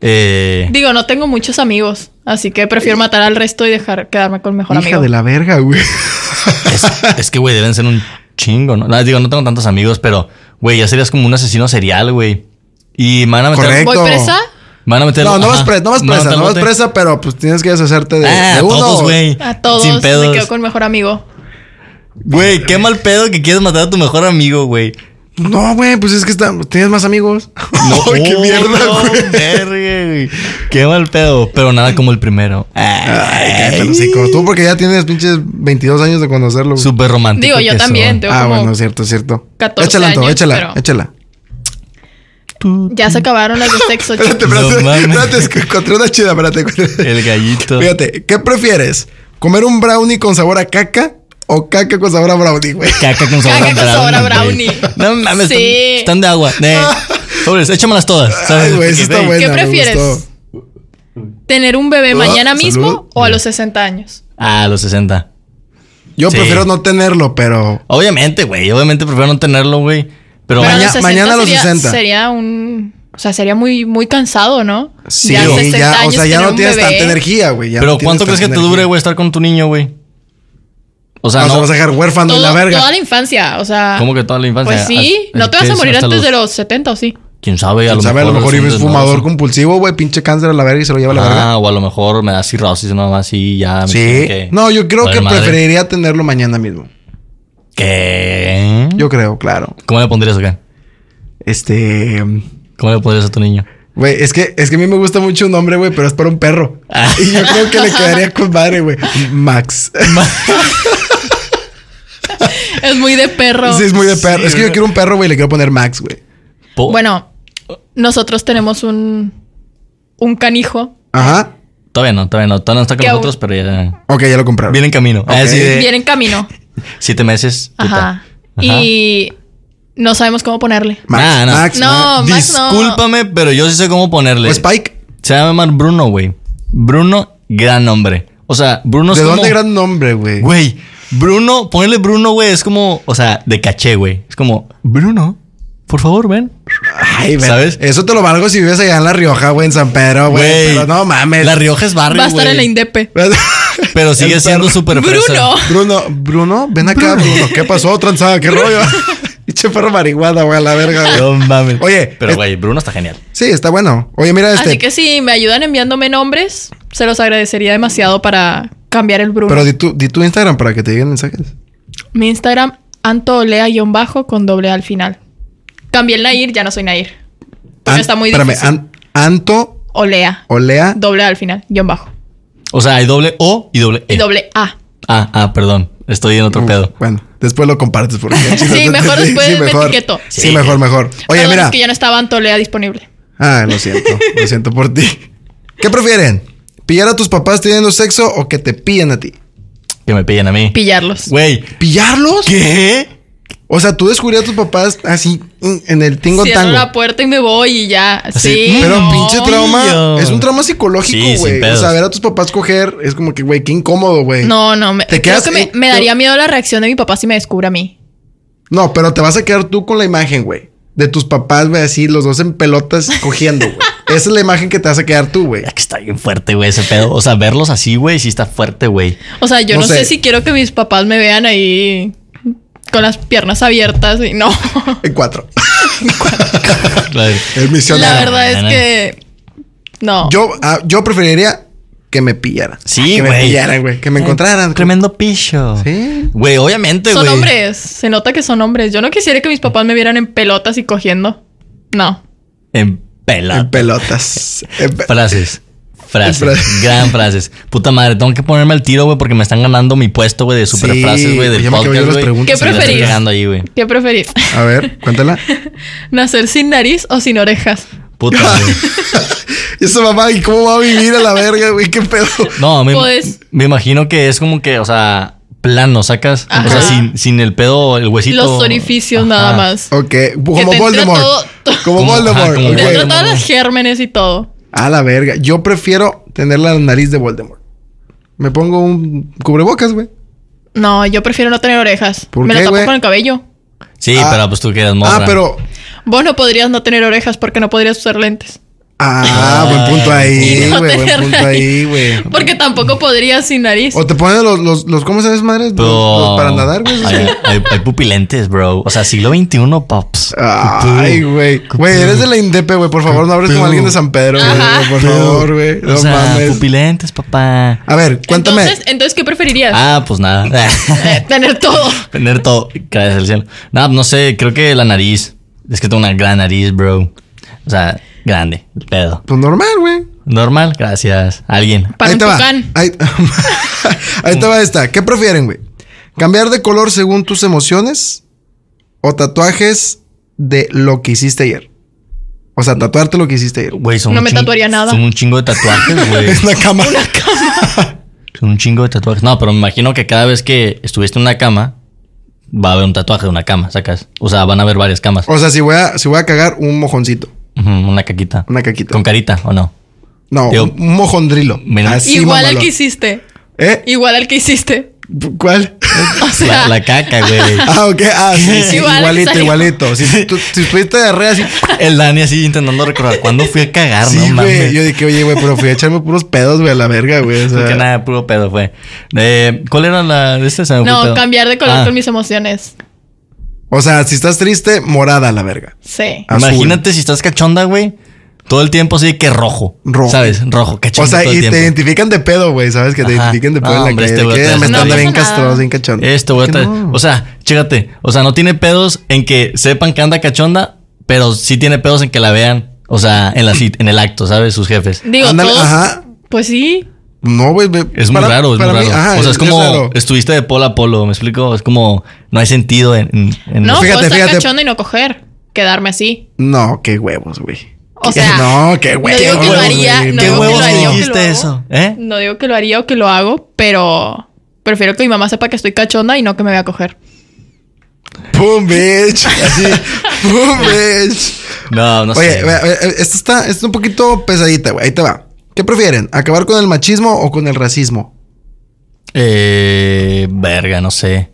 C: Eh,
B: Digo, no tengo muchos amigos, así que prefiero matar al resto y dejar quedarme con el mejor
A: Hija
B: amigo.
A: de la verga, güey.
C: es, es que, güey, deben ser un chingo, ¿no? No, Digo, no tengo tantos amigos, pero, güey, ya serías como un asesino serial, güey. Y me van a meter-
A: Correcto.
B: ¿Voy presa?
C: Me Van a meter
A: No, no vas,
C: ajá,
A: presa, no vas
C: me van a
A: presa,
C: meter
A: no
C: al
A: vas
C: bote.
A: presa, pero pues tienes que deshacerte de,
C: Ah,
A: de
C: a
A: uno.
C: todos, güey.
B: A todos
C: Sin
B: me
C: pedos.
B: quedo con el mejor amigo.
C: Güey, qué mal pedo que quieres matar a tu mejor amigo,
A: [laughs]
C: güey.
A: No, güey, pues es que está- tienes más amigos. No, [laughs] qué
C: oh,
A: mierda,
C: no,
A: güey.
C: verga, güey. Qué mal pedo. Pero nada como el primero. Ah,
A: Ay, cállate el hocico. Tú porque ya tienes pinches 22 años de conocerlo. güey.
C: Súper romántico.
B: Digo, yo
C: que
B: también,
C: son.
B: tengo
A: Ah,
B: como-
A: bueno, cierto, cierto.
B: 14
A: échala, Anto,
B: años,
A: échala,
B: pero-
A: échala.
B: Ya se acabaron las de
A: [laughs]
B: sexo. chicos.
A: Espérate, espérate,
C: No mames.
A: espérate, es que encontré una chida, espérate. espérate.
C: El gallito.
A: Fíjate, ¿qué prefieres? ¿Comer un brownie con sabor a caca o caca con sabor a brownie, güey?
C: Caca con sabor
B: Caca con
C: a
B: sabor a
C: brownie. güey.
B: brownie.
C: No mames,
B: Sí. Ah.
C: están, están de agua. Eh, Sobres, échamelas todas. ¿sabes?
A: Ay, güey, eso está
C: Porque,
A: bueno. me
B: prefieres?
A: gustó.
B: ¿Tener un bebé
A: Ah,
B: mañana mismo
A: salud.
B: o a los 60 años?
C: Ah, los 60.
A: Yo
C: Sí.
A: prefiero no tenerlo, pero
C: Obviamente, güey. Obviamente prefiero no tenerlo, güey. Pero,
B: Pero a
A: maña-
B: los 60
A: mañana a los
B: sería,
A: 60.
B: Sería un... O sea, sería muy, muy cansado, ¿no?
A: sí,
B: a
A: güey,
B: 60
A: ya, o
B: años
A: sea, ya
B: tener
A: no
B: un
A: tienes
B: bebé.
A: tanta energía, güey. ya
C: pero
A: no tienes
C: ¿cuánto crees que
A: tanta
C: te dure,
A: energía. Ah,
C: güey, estar con tu niño, güey? O
A: O
C: sea,
A: sea,
C: no.
A: vas a dejar huérfano en
B: Todo-
A: la verga.
B: Toda la infancia, o sea...
C: ¿Cómo que toda la infancia? Ah,
B: Pues sí,
C: Hasta-
B: no te vas a
C: ¿qué?
B: morir
C: Hasta
B: antes de
C: los-
B: los 70 o sí.
C: Quién sabe, a
A: ¿Quién
C: lo
A: sabe? A lo
C: mejor.
A: mejor
C: es un
A: es
C: desmadre.
A: fumador compulsivo, güey. Pinche cáncer a la verga y se lo lleva a la verga.
C: Ah, o a lo mejor me da cirrosis nada más y ya. me tiene
A: Sí.
C: que-
A: No, yo creo
C: Vale,
A: que
C: madre.
A: preferiría tenerlo mañana mismo.
C: ¿Qué?
A: Yo creo, claro.
C: ¿Cómo le pondrías acá?
A: Este.
C: ¿Cómo le pondrías a tu niño?
A: Güey, es que, es que a mí me gusta mucho un nombre, güey, pero es para un perro.
C: Ah.
A: [laughs] Y yo creo que le quedaría con madre, güey. Max.
B: Es muy de perro.
A: Sí, es muy de perro.
C: Sí,
A: es que yo
C: güey.
A: quiero un perro, güey, le quiero poner Max, güey.
C: Po-
B: Bueno, nosotros tenemos un, un canijo.
A: Ajá.
C: Todavía no, todavía no. Todavía no está con
B: Que aún-
C: nosotros, pero ya.
A: Ok, ya lo compraron.
C: Viene en camino.
A: Ok.
C: Así de
B: Viene en camino.
C: siete meses. puta.
B: Ajá.
C: Eh. Ajá.
B: Y no sabemos cómo ponerle.
A: Max,
C: Ah, no.
A: Max,
B: No,
A: Max.
B: Max no.
C: Discúlpame, pero yo sí sé cómo ponerle.
A: O Spike.
C: Se llama Bruno, güey. Bruno, gran nombre. O sea, Bruno es
A: ¿De
C: como-
A: dónde gran nombre, güey?
C: Güey, Bruno, ponerle Bruno, güey, es como, o sea, de caché, güey. Es como, Bruno, por favor, ven.
A: Ay, güey.
C: ¿Sabes?
A: Eso te lo valgo si vives allá en La Rioja, güey, en San Pedro, Ah, güey. Pero no mames.
C: La Rioja es barrio,
B: Va a estar
C: güey.
B: en la Indepe.
C: Pero sigue
A: El
C: siendo
A: perro.
C: súper
B: Bruno.
C: fresa.
A: [laughs] Bruno, Bruno, ven acá, Bruno. ¿Qué pasó, tranzada? ¿Qué rollo? [laughs] Pinche perro marihuana, güey, a la verga,
C: No
A: güey.
C: mames.
A: Oye,
C: Pero,
A: eh,
C: güey, Bruno está genial.
A: Sí, está bueno. Oye, mira este.
B: Así que si me ayudan enviándome nombres, se los agradecería demasiado para cambiar el Bruno.
A: Pero di tu, di tu Instagram para que te lleguen mensajes.
B: Mi Instagram, antolea-bajo con doble A al final. Cambié el Nair, ya no soy Nair. Pero
A: An-
B: Pues está muy
A: espérame,
B: difícil.
A: An- Anto,
B: Olea.
A: Olea,
B: Doble A al final, guión bajo.
C: O sea, hay doble O y doble
A: Eh.
C: E.
B: Y doble A.
C: Ah, ah, perdón. Estoy en otro
A: Uf,
C: pedo.
A: Uh, Bueno, después lo compartes
B: [laughs]
A: porque.
B: Sí, mejor después me
A: mejor.
B: etiqueto.
A: Sí, mejor, mejor. Oye,
B: Perdón,
A: mira.
B: Es que ya no estaba Antolea disponible.
A: Ah, lo siento. lo siento por ti. ¿Qué prefieren? ¿Pillar a tus papás teniendo sexo o que te pillen a ti?
C: Que me pillen a mí.
B: Pillarlos.
C: Güey.
A: ¿Pillarlos?
C: ¿Qué?
A: O sea, tú descubrí a tus papás así mm, en el tingo
B: Cierro
A: tango.
B: la puerta y me voy y ya. Sí.
A: Pero
B: no.
A: pinche trauma.
C: Pillo.
A: Es un trauma psicológico,
C: Sí, sin
A: güey. o sea,
C: pedos.
A: ver a tus papás coger es como que, güey, qué incómodo, güey.
B: No, no. Me,
A: Te
B: creo
A: quedas
B: que me,
A: en-
B: me daría miedo la reacción de mi papá si me descubre a mí.
A: No, pero te vas a quedar tú con la imagen, güey. De tus papás, güey, así, los dos en pelotas cogiendo,
C: [laughs]
A: güey. Esa es la imagen que te vas a quedar tú, güey.
C: Ya que está bien fuerte, güey, ese pedo. O sea, verlos así, güey, sí está
A: [laughs]
C: fuerte, güey.
B: O sea, yo
A: No
B: no,
A: sé.
B: sé si quiero que mis papás me vean ahí con las piernas abiertas y no.
A: En cuatro.
C: La-
A: Es misionero.
B: la verdad es
C: no, no.
B: que no.
A: Yo, ah, yo preferiría que me pillaran.
C: Sí,
A: Que me
C: güey.
A: pillaran, güey. Que me encontraran.
C: Eh, Tremendo picho.
A: Sí.
C: Güey, obviamente,
B: son
C: güey.
B: hombres, se nota que son hombres. Yo no quisiera que mis papás me vieran en pelotas y cogiendo. No.
C: En pela.
A: En
C: [laughs]
A: pelotas. En pe-
C: Frases.
A: Frases.
C: Frases. gran frases. Puta madre, tengo que ponerme al tiro, güey, porque me están ganando mi puesto, güey, de super
A: Sí,
C: frases, güey,
A: güey,
C: del
A: ya me acabé yo
C: podcast,
A: las
C: güey.
A: preguntas.
B: ¿Qué
C: Sí, la estoy
B: preferís?
C: cagando ahí, güey.
B: ¿Qué preferís?
A: A ver, cuéntala.
B: [laughs] ¿Nacer sin nariz o sin orejas?
C: Puta
A: [laughs]
C: madre.
A: [laughs] ¿Y esa mamá? ¿Y cómo va a vivir a la verga, güey? ¿Qué pedo?
C: No, me,
B: Pues-
C: me imagino que es como que, o sea, plano, sacas. O
B: Ajá.
C: sea, sin, sin el pedo, el huesito.
B: Los orificios
C: Ajá.
B: nada más.
A: Ok. Como
B: te entra
A: Voldemort.
B: todo- todo-
A: Como
C: Como- ajá,
A: Voldemort.
C: como
A: ok.
B: Te
C: Voldemort.
B: entra todas las gérmenes y todo.
A: A la verga. Yo prefiero tener la nariz de Voldemort. Me pongo un cubrebocas, güey.
B: No, yo prefiero no tener orejas.
A: ¿Por
B: me
A: qué,
B: lo tapo
A: güey?
B: con el cabello.
C: Sí,
A: Ah.
C: pero pues tú quedas morra.
A: Ah, pero.
B: Vos no podrías no tener orejas porque no podrías
A: [laughs]
B: usar lentes.
A: Ah,
C: Ah,
A: buen punto ahí,
B: Y no Pues-
A: güey. Buen
B: tener
A: punto
B: nariz.
A: ahí, güey.
B: Porque tampoco podrías sin nariz.
A: O te ponen los, los, los ¿cómo se llama esa madre? Los,
C: Pero-
A: los para nadar, güey. esos
C: Hay,
A: que-
C: hay- hay pupilentes, bro. O sea, siglo XXI, pops.
A: Ay, güey. Güey, eres de la Indepe, güey. Por favor, no hables como
C: Pero-
A: alguien de San Pedro, güey.
B: Ajá.
A: Por favor, güey. No
C: o sea,
A: mames.
C: pupilentes, papá.
A: A ver, cuéntame.
B: Entonces, entonces, ¿qué preferirías?
C: Ah, pues nada. [laughs]
B: Eh, tener todo.
C: Tener todo. Gracias al cielo. No, no sé, creo que la nariz. Es que tengo una gran nariz, bro. O sea, grande. el Pedo.
A: Pues normal, güey.
C: Normal, gracias. Alguien.
B: Para
A: Ahí
B: un
A: te va. Ah,
B: tucán.
A: Ahí, Ahí [laughs] te va esta. ¿Qué prefieren, güey? ¿Cambiar de color según tus emociones o tatuajes de lo que hiciste ayer? O sea, tatuarte lo que hiciste ayer. [laughs]
C: Güey, son
B: No
C: un
B: me
C: chingo-
B: tatuaría nada.
C: Son un chingo de tatuajes, güey.
A: Es la cama.
C: Son un chingo de tatuajes. No, pero me imagino que cada vez que estuviste en una cama, va a haber un tatuaje de una cama, sacas. O sea, van a haber varias camas.
A: O sea, si voy a, si voy a cagar un mojoncito,
C: Ujú, una caquita.
A: una caquita.
C: Con carita, ¿o no?
A: No,
C: Digo,
A: un un mojondrilo.
C: mira.
A: Así,
B: Igual al
A: mamalón.
B: que hiciste.
A: ¿Eh?
B: Igual al que hiciste. [laughs]
A: ¿Cuál?
B: O
C: La,
B: sea,
C: la caca, güey.
A: [laughs] Ah, ok. Ah, sí, sí,
B: Igual,
A: igualito,
B: salió.
A: igualito. Si, tú, si tuviste diarrea así.
C: El Dani así intentando recordar cuándo fui a cagar,
A: Sí,
C: Ah, no
A: güey.
C: mames.
A: Yo dije, oye, güey, pero fui a echarme puros pedos, güey, a la verga, güey. O sea,
C: Creo que nada, puro pedo fue. Eh, ¿Cuál era la de este? Se me fue el
B: no,
C: pedo.
B: cambiar de color
C: Ah,
B: con mis emociones.
A: o sea, si estás triste, morada a la verga.
B: Sí.
A: azul.
C: Imagínate si estás cachonda, güey. Todo el tiempo así de que rojo.
A: Rojo.
C: ¿Sabes? Rojo,
A: O
C: cachonda.
A: sea,
C: todo el
A: y
C: tiempo.
A: te identifican de pedo, güey. Sabes que te
C: Ajá.
A: identifican de pedo
C: No,
A: en la
C: hombre, este
A: calle.
C: güey
A: de que
C: está
A: me
C: haciendo
A: están
B: nada.
A: bien
B: No pasa
A: castrados,
B: nada.
A: bien cachondo.
C: Esto, Este güey. otra- O sea, chécate. O sea, no tiene pedos en que sepan que anda cachonda, pero sí tiene pedos en que la vean. O sea, en, la, cit- en el acto, ¿sabes? Sus jefes.
B: Digo,
A: Ándale,
B: todos.
A: ajá.
B: Pues sí.
A: No, güey. me-
C: Es muy
A: para-
C: raro, es muy
A: para
C: raro.
A: mí, ajá,
C: o sea, es como
A: raro.
C: estuviste de polo a polo, ¿me explico? Es como no hay sentido en. en- en-
B: No,
A: Fíjate,
B: puedo estar
A: fíjate.
B: cachonda y no coger. Quedarme así.
A: No, qué huevos, güey.
B: O
A: Qué-
B: sea,
A: no, qué huevos.
B: digo que lo
A: güey,
B: haría, no
C: ¿Qué
B: digo que
C: huevos
B: lo
C: que
B: haría o que lo
C: dijiste
B: hago.
C: eso? ¿Eh?
B: No digo que lo haría o que lo hago, pero prefiero que mi mamá sepa que estoy cachonda y no que me vaya a coger.
A: Pum, bitch. Así.
C: [laughs]
A: Pum, bitch.
C: No, no
A: Oye,
C: sé.
A: ve- ve- esta está, esta está un poquito pesadita, güey. Ahí te va. ¿Qué prefieren? ¿Acabar con el machismo o con el racismo?
C: Eh, verga, no sé.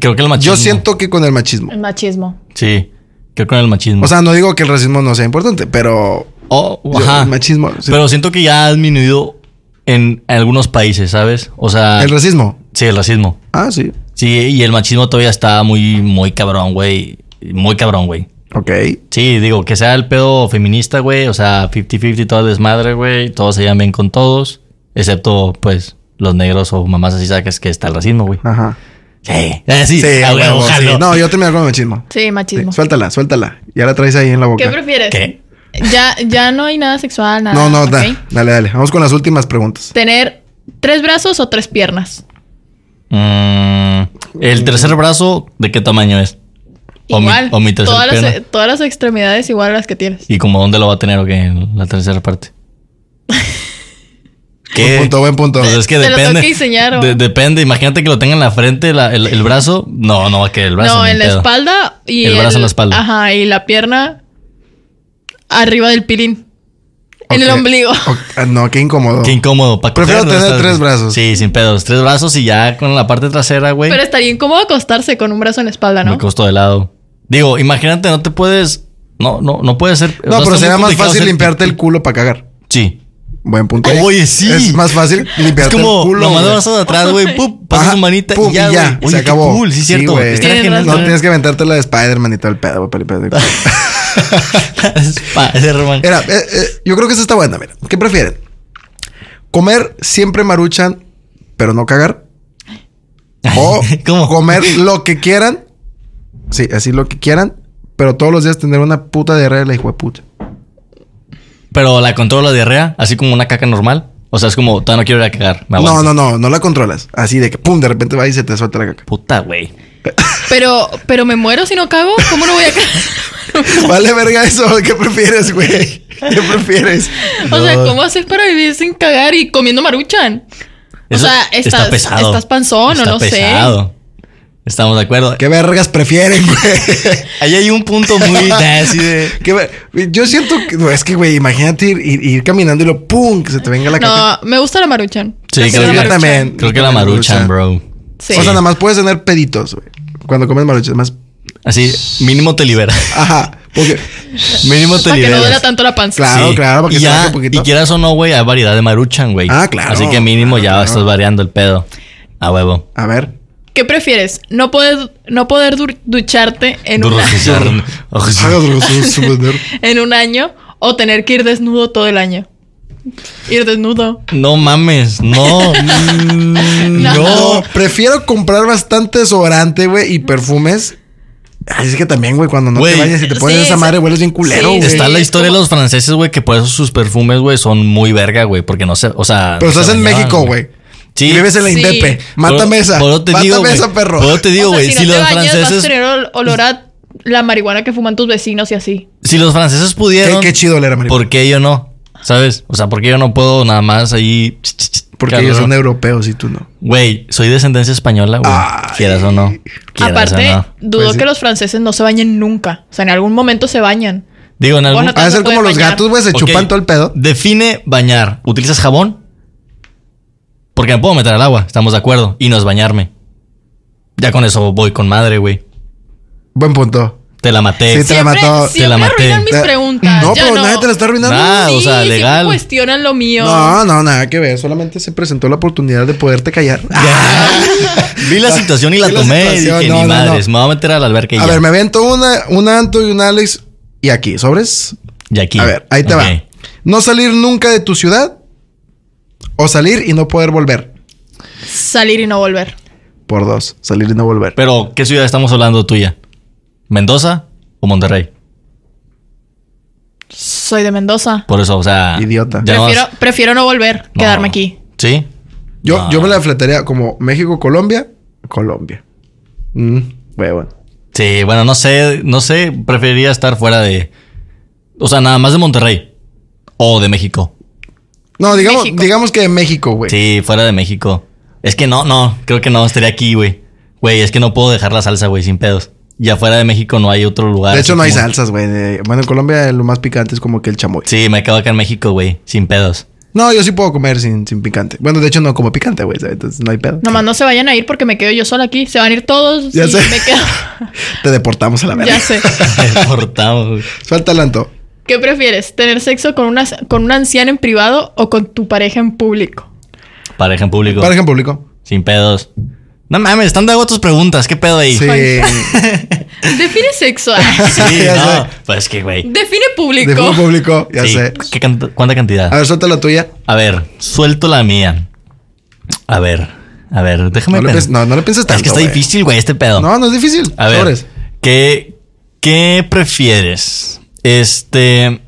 C: Creo que el machismo.
A: Yo siento que con el machismo.
B: El machismo.
C: Sí, creo que con el machismo.
A: O sea, no digo que el racismo no sea importante, pero
C: Oh,
A: yo-
C: ajá.
A: el machismo. sí.
C: Pero siento que ya ha disminuido en algunos países, ¿sabes? O sea,
A: El racismo.
C: sí, el racismo.
A: Ah, sí.
C: Sí, y el machismo todavía está muy, muy cabrón, güey. Muy cabrón, güey.
A: Ok.
C: Sí, digo, que sea el pedo feminista, güey. O sea, 50-50, todo el desmadre, güey. Todos se llevan bien con todos. Excepto, pues, los negros o mamás así, ¿sabes? Que está el racismo, güey.
A: Ajá.
C: Sí, Ah, sí,
A: Ah. Sí,
C: a huevo,
A: huevo, sí.
C: jalo.
A: No, yo terminé con el machismo.
B: Sí,
A: Sí,
B: machismo.
A: suéltala, suéltala. Ya la traes ahí en la boca.
B: ¿Qué prefieres?
C: ¿Qué?
B: Ya, ya no hay nada sexual, nada.
A: no, no,
B: ¿ok?
A: da- dale, dale. Vamos con las últimas preguntas.
B: ¿Tener tres brazos o tres piernas?
C: Mm, el tercer brazo, ¿de qué tamaño es? O mi-
B: Igual.
C: o mi tercer
B: todas, las, e,
C: pierna.
B: todas las extremidades igual a las que tienes.
C: ¿Y como dónde lo va a tener o qué? en La tercera
A: [laughs]
C: parte.
A: Buen punto, buen punto.
C: Pues es que
B: Te lo tengo
C: depende.
B: que diseñar, ¿o?
C: de- depende. Imagínate que lo tenga en la frente, la- el, el brazo. No, no va a quedar el brazo.
B: no,
C: ni
B: en la
C: pedo.
B: espalda y
C: El brazo en la espalda.
B: Ajá, y la pierna arriba del pilín. En el
A: Ok.
B: ombligo.
A: Ok, ah, no, qué incómodo.
C: Qué incómodo. Para
A: Prefiero
C: coger, ¿no?
A: tener
C: Estás-
A: tres brazos.
C: Sí, sin pedos. Tres brazos y ya con la parte trasera, güey.
B: Pero estaría incómodo acostarse con un brazo en la espalda, ¿no?
C: Me costó de lado. Digo, imagínate, no te puedes. No, no, no puedes ser. o
A: no,
C: sea,
A: pero
C: está
A: será
C: muy
A: más
C: complicado
A: fácil
C: ser-
A: limpiarte el culo para cagar.
C: Sí.
A: Buen punto. ahí.
C: Oye, sí.
A: Es más fácil
C: Es
A: limpiarte
C: como
A: el culo.
C: lo mandó
A: güey.
C: brazo de atrás,
B: [laughs]
C: güey. Pup,
A: Ajá,
C: pasas tu manita
A: pum,
C: y ya, güey. Oye,
A: se
C: qué
A: acaba
C: cool, sí, cierto.
A: güey.
C: Está
B: Tienes
C: genial,
A: No
B: razón.
A: tienes que aventarte la de Spider-Man y todo el pedo para limpiarte el culo.
C: Pa, ese hermano.
A: Mira, eh, eh, yo creo que esa está buena. Mira, ¿qué prefieren? ¿Comer siempre maruchan, pero no
C: [laughs]
A: cagar? O
C: ¿Cómo?
A: comer lo que quieran. Sí, así lo que quieran. Pero todos los días tener una puta diarrea de la hijo de puta.
C: Pero la controla la diarrea, así como una caca normal. O sea, es como, todavía no quiero ir a cagar. Me
A: No,
C: aguanto.
A: no, no, no la controlas. Así de que pum, de repente va y se te suelta la caca.
C: Puta, güey.
B: Pero, pero me muero si no cago. ¿Cómo no voy
C: [laughs]
B: a cagar?
A: Vale, verga, eso. [laughs] ¿Qué prefieres, güey? ¿Qué prefieres?
B: O sea,
C: No.
B: ¿cómo haces para vivir sin cagar y comiendo maruchan? O
C: Eso
B: sea,
C: está
B: estás,
C: pesado.
B: estás panzón
C: Está
B: o no sé.
C: pesado. Estamos de acuerdo.
A: ¿Qué vergas prefieren, güey?
C: [laughs] Ahí hay un
A: [laughs]
C: punto [laughs] muy así de.
A: Qué ver- Yo siento que no, es que, güey, imagínate ir, ir- ir caminando y lo pum, que se te venga la caca.
B: No, me gusta la maruchan.
C: Sí,
B: Me gusta
C: creo
B: la
C: que-
B: Maruchan.
A: también.
C: Creo que la maruchan, bro.
B: Sí.
A: O sea, nada más puedes tener peditos, güey. Cuando comes maruchan, más.
C: Así, mínimo te libera.
A: Ajá. Porque,
C: Mínimo te
B: para que
C: libera.
B: no duela tanto la panza.
A: Claro. para que
C: y
A: se baje
C: ya,
A: un poquito.
C: Y quieras o no, güey, hay variedad de maruchan, güey.
A: Ah, claro.
C: Así que mínimo ya
A: Claro, claro.
C: estás variando el pedo. A huevo.
A: a ver.
B: ¿Qué prefieres? ¿No poder, no poder dur- ducharte en, un
C: Duro
B: año-
C: suciar. Ojo, [laughs] sí.
B: en un año o tener que ir desnudo todo el año? Ir desnudo.
C: No
A: [laughs]
C: mames, no. Mm,
B: No.
A: No,
C: no.
A: prefiero comprar bastante desodorante, güey, y perfumes. Ay, es que también, güey, cuando no
C: Güey.
A: te bañas y te pones
B: Sí,
A: esa
B: sí.
A: madre, hueles bien culero,
B: Sí,
A: güey.
C: Está la
B: es
C: historia
B: como-
C: de los franceses, güey, que por eso sus perfumes, güey, son muy verga, güey, porque no se, o sea...
A: Pero
C: no se
A: estás en
C: bañaban,
A: México, güey.
C: Sí.
A: Y vives en la
B: Sí.
A: Indepe.
C: Por-
A: Mátame esa.
C: por eso te
A: Mátame
C: digo, güey.
A: esa, perro.
C: Por eso te digo,
B: O sea,
C: güey, si,
B: no te
C: los
B: bañas, vas
C: franceses...
B: a tener ol- olor a la marihuana que fuman tus vecinos y así.
C: Si los franceses
A: Qué,
C: pudieron...
A: qué chido leer, marihuana.
C: ¿Por qué yo no? ¿Sabes? O sea, ¿por qué yo no puedo nada más ahí...
A: Porque ellos son europeos y tú no.
C: Güey, soy descendencia española, güey.
A: Ay.
C: Quieras o no. Quieras
B: Aparte,
C: o no.
B: dudo
A: Pues sí.
B: que los franceses no se bañen nunca. O sea, en algún momento se bañan.
C: Digo, en algún...
B: no te-
A: Ha de
B: Tanto
A: ser como
B: puede
A: los
B: bañar.
A: gatos, güey, se
C: Ok,
A: chupan todo el pedo.
C: Define bañar. ¿Utilizas jabón? Porque me puedo meter al agua, estamos de acuerdo. Y no es bañarme. Ya con eso voy con madre, güey.
A: Buen punto.
C: Te la maté.
A: Sí, Te la
B: siempre
A: mató.
B: siempre
C: Te la maté.
B: arruinan mis
A: Eh,
B: preguntas.
A: No,
B: ya
A: pero nadie te la está arruinando.
C: Nah. Ah, o sea,
B: siempre
C: legal.
B: cuestionan lo mío.
A: No, no, nada que ver. Solamente se presentó la oportunidad de poderte callar. [laughs]
C: Vi la situación y la
A: Vi la
C: tomé. y
A: situación,
C: dije,
A: no,
C: ni
A: no,
C: madres,
A: no.
C: me voy a meter al alberca y
A: A
C: ya.
A: ver, me avento una, un Anto y un Alex. Y aquí, ¿sobres?
C: Y aquí.
A: A ver, ahí te
C: Ok.
A: va. No salir nunca de tu ciudad. O salir y no poder volver.
B: Salir y no volver.
A: Por dos. Salir y no volver.
C: Pero, ¿qué ciudad estamos hablando tuya? ¿Mendoza o Monterrey?
B: Soy de Mendoza.
C: Por eso, o sea.
A: Idiota.
C: ya no vas-
B: Prefiero, prefiero no volver,
C: No.
B: quedarme aquí.
C: ¿Sí?
A: Yo,
C: No.
A: yo me la fletaría como México, Colombia, Colombia. Mm, güey, bueno.
C: Sí, bueno, no sé, no sé, preferiría estar fuera de. O sea, nada más de Monterrey. O de México.
A: No, digamos,
B: México.
A: digamos que México, güey.
C: Sí, fuera de México. Es que no, no, creo que no, estaría aquí, güey. Güey, es que no puedo dejar la salsa, güey, sin pedos. Y afuera de México no hay otro lugar.
A: De hecho,
C: así
A: no hay
C: como-
A: salsas, güey. de- Bueno, en Colombia lo más picante es como que el chamoy.
C: Sí, me quedo acá en México, güey,
A: [laughs]
C: sin pedos. [laughs]
A: No, yo sí puedo comer sin, sin picante. Bueno, de hecho, no como picante, güey. ¿sabes? Entonces no hay pedo.
B: Nomás no se vayan a ir porque me quedo yo sola aquí. Se van a ir todos
A: Ya
B: y
A: sé.
B: me quedo.
A: Te deportamos a [laughs] la verga.
B: ya sé.
C: Cortamos, güey.
A: Suelta el anto.
B: ¿Qué prefieres? ¿Tener sexo con una, con una anciana en privado o con tu pareja en público?
C: Pareja en público.
A: Pareja en público.
C: Sin pedos. No mames, están de hago tus preguntas, ¿qué pedo ahí?
A: Sí.
B: Define sexo.
C: Sí,
A: [laughs] Ya
C: no,
A: sé.
C: Pues que, güey.
B: Define público.
A: De fútbol público, ya
C: Sí,
A: sé.
C: ¿qué cant- ¿Cuánta cantidad?
A: A ver, suelta la tuya.
C: A ver, suelto la mía. A ver, A ver, déjame
A: No le,
C: pensar.
A: pienses- no, no le pienses tanto.
C: es que está
A: güey.
C: difícil, güey, este pedo.
A: No, no es difícil.
C: A ver,
A: Sobres.
C: ¿qué, ¿qué prefieres? Este,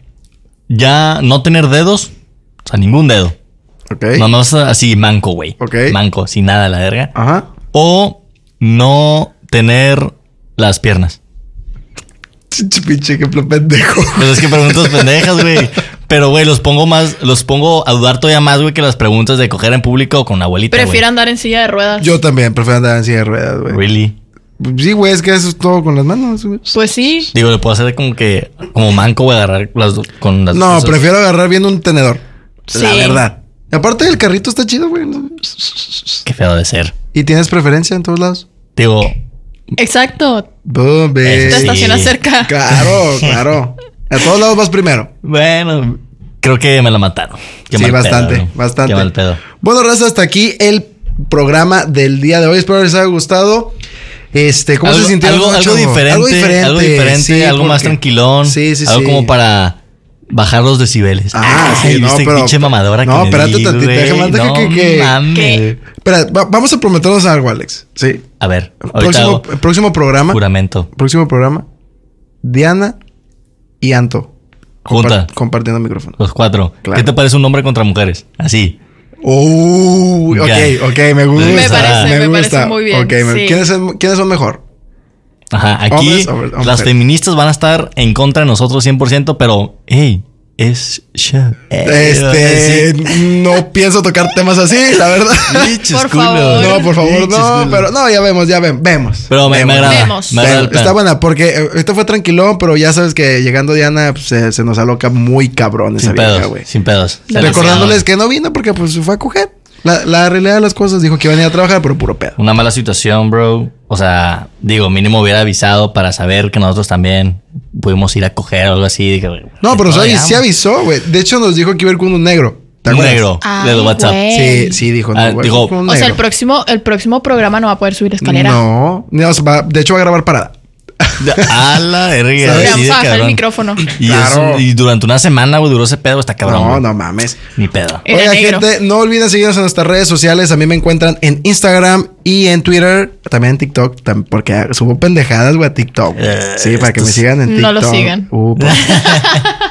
C: ya no tener dedos, o sea, ningún dedo.
A: Ok.
C: Nomás así manco, güey.
A: Ok.
C: Manco, sin nada a la verga.
A: Ajá.
C: O no tener las piernas.
A: Ch- Pinche que
C: [laughs]
A: pendejo.
C: Pues es
A: [laughs]
C: que preguntas pendejas, güey. Pero, güey, los pongo más, los pongo a dudar todavía más, güey, que las preguntas de coger en público o con abuelita. güey.
B: Prefiero andar en silla de ruedas.
A: Yo también prefiero andar en silla de ruedas, güey.
C: Really.
A: Sí, güey, es que eso es todo con las manos, güey.
B: Pues sí.
C: Digo, le puedo hacer como que, como manco, güey, agarrar las, do- con las
A: No,
C: esas-
A: prefiero agarrar viendo un tenedor. La
B: Sí.
A: verdad. Y aparte, el carrito está chido,
B: [laughs]
A: güey.
C: Qué feo de ser.
A: Y tienes preferencia en todos lados.
C: Digo,
B: Exacto.
A: Boom,
C: Este
B: Te
C: Sí.
A: baby.
B: estacionas cerca.
A: Claro, claro. A todos lados vas primero.
C: bueno, creo que me la mataron. Qué
A: sí,
C: mal pedo,
A: bastante,
C: ¿no?
A: bastante.
C: Qué mal pedo.
A: Bueno, raza, hasta aquí el programa del día de hoy. Espero les haya gustado. Este, ¿cómo
C: algo,
A: se sintieron?
C: Algo,
A: ¿no,
C: algo
A: chavo?
C: diferente, algo diferente, algo,
A: sí,
C: más
A: porque-
C: tranquilón.
A: Sí, sí,
C: Algo
A: sí.
C: como para bajar los decibeles.
A: Ah,
C: Ay,
A: sí, no,
C: ¿viste,
A: pero.
C: pinche mamadora
A: no,
C: que me
A: espérate
C: di,
A: tantito.
C: güey?
A: Déjame deja
C: No
A: que. que-
C: mames.
A: Espera, va- vamos a prometernos algo, Alex. Sí.
C: A ver, ahorita
A: Próximo,
C: hago
A: próximo programa.
C: juramento.
A: Próximo programa. Diana y Anto.
C: Junta.
A: Compar- compartiendo micrófono.
C: Los cuatro.
A: Claro.
C: ¿Qué te parece un hombre contra mujeres? Así.
A: Oh, ok,
C: Ya.
A: ok, me gusta.
C: Me parece,
B: me parece muy bien,
A: Ok, me-
B: sí.
A: ¿quiénes, son, quiénes son mejor?
C: Ajá, aquí
A: Hombres, hombres, hombres.
C: las feministas van a estar en contra de nosotros 100%, pero, hey, es show. Eh,
A: Este, [laughs]
C: sí.
A: no pienso tocar temas así, la verdad.
C: Bichos
B: Por
C: culos.
B: favor.
A: No, por favor,
C: Bichos
A: no,
C: culos.
A: pero no, ya vemos, ya vemos, vemos.
C: Pero me, me
A: Vemos.
C: agrada.
B: Vemos.
C: me agrada el
A: Está-
C: plan.
A: está buena, porque eh, esto fue tranquilón, pero ya sabes que llegando Diana pues, se, se nos aloca muy cabrón esa
C: Sin
A: vieja,
C: pedos,
A: güey.
C: sin pedos.
B: La
A: Recordándoles que no vino porque pues se fue a coger. La, la realidad de las cosas dijo que iban a ir a trabajar, pero puro pedo.
C: Una mala situación, bro. O sea, digo, mínimo hubiera avisado para saber que nosotros también pudimos ir a coger o algo así. Dije,
A: No, pero
C: todavía
A: sí, sí
C: vamos.
A: avisó, güey. De hecho, nos dijo que iba a ir con un negro. ¿Te
C: Un
A: acuerdas?
C: negro
B: Ay,
C: de los WhatsApp.
B: güey.
A: Sí, sí, dijo.
C: Ah,
A: güey,
C: digo,
A: con un
B: O sea, el
A: negro.
B: próximo, el próximo programa no va a poder subir escalera.
A: No, no, o sea, va- de hecho va a grabar parada. [laughs]
C: A la verga.
B: Le
A: ¿Sabes?
C: así
B: vamos
C: de
B: a bajar el
C: cabrón.
B: micrófono.
C: Y, es
A: Claro.
C: un- y durante una semana, güey, duró ese pedo. Está cabrón.
A: no,
C: güey.
A: no mames.
C: Ni pedo.
B: Era
A: Oiga,
B: negro.
A: gente, no olviden seguirnos en nuestras redes sociales. A mí me encuentran en Instagram y en Twitter, también en TikTok, tam- porque subo pendejadas, güey, a TikTok. güey.
C: Eh,
A: sí, para que me
C: estos-
A: sigan en TikTok.
B: No lo sigan.
A: Uh,
C: [laughs]
A: por-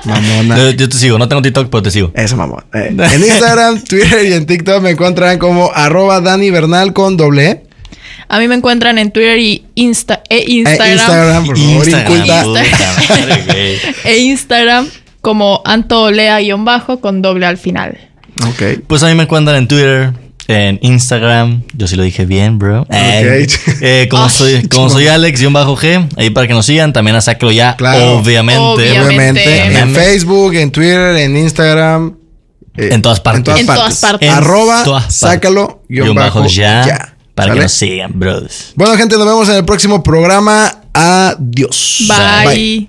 A: mamona.
C: Yo, yo te sigo. No tengo TikTok, pero te sigo.
A: Eso, mamón. Eh, en Instagram, [laughs] Twitter y en TikTok me encuentran como arroba Dani Bernal con doble E.
B: A mí me encuentran en Twitter y Insta, e
A: Eh,
B: Instagram.
A: Instagram, por favor, inculta.
C: puta madre, güey.
B: E Instagram como antolea-bajo con doble al final.
A: Ok.
C: Pues a mí me encuentran en Twitter, en Instagram. Yo sí lo dije bien, bro. Eh, eh, como
B: Ay,
C: soy, como soy Alex, guión bajo G. Ahí para que nos sigan. También a Sáquelo ya,
A: Claro.
C: obviamente.
B: Obviamente.
A: Obviamente. En
C: Obviamente.
A: Facebook, en Twitter, en Instagram. eh,
C: En todas partes.
B: En todas partes.
C: En
A: Arroba,
C: todas partes.
A: sácalo, guión bajo, ya.
C: ya. Para
A: ¿Sale?
C: que nos sigan, bros.
A: Bueno, gente, nos vemos en el próximo programa. Adiós.
B: Bye.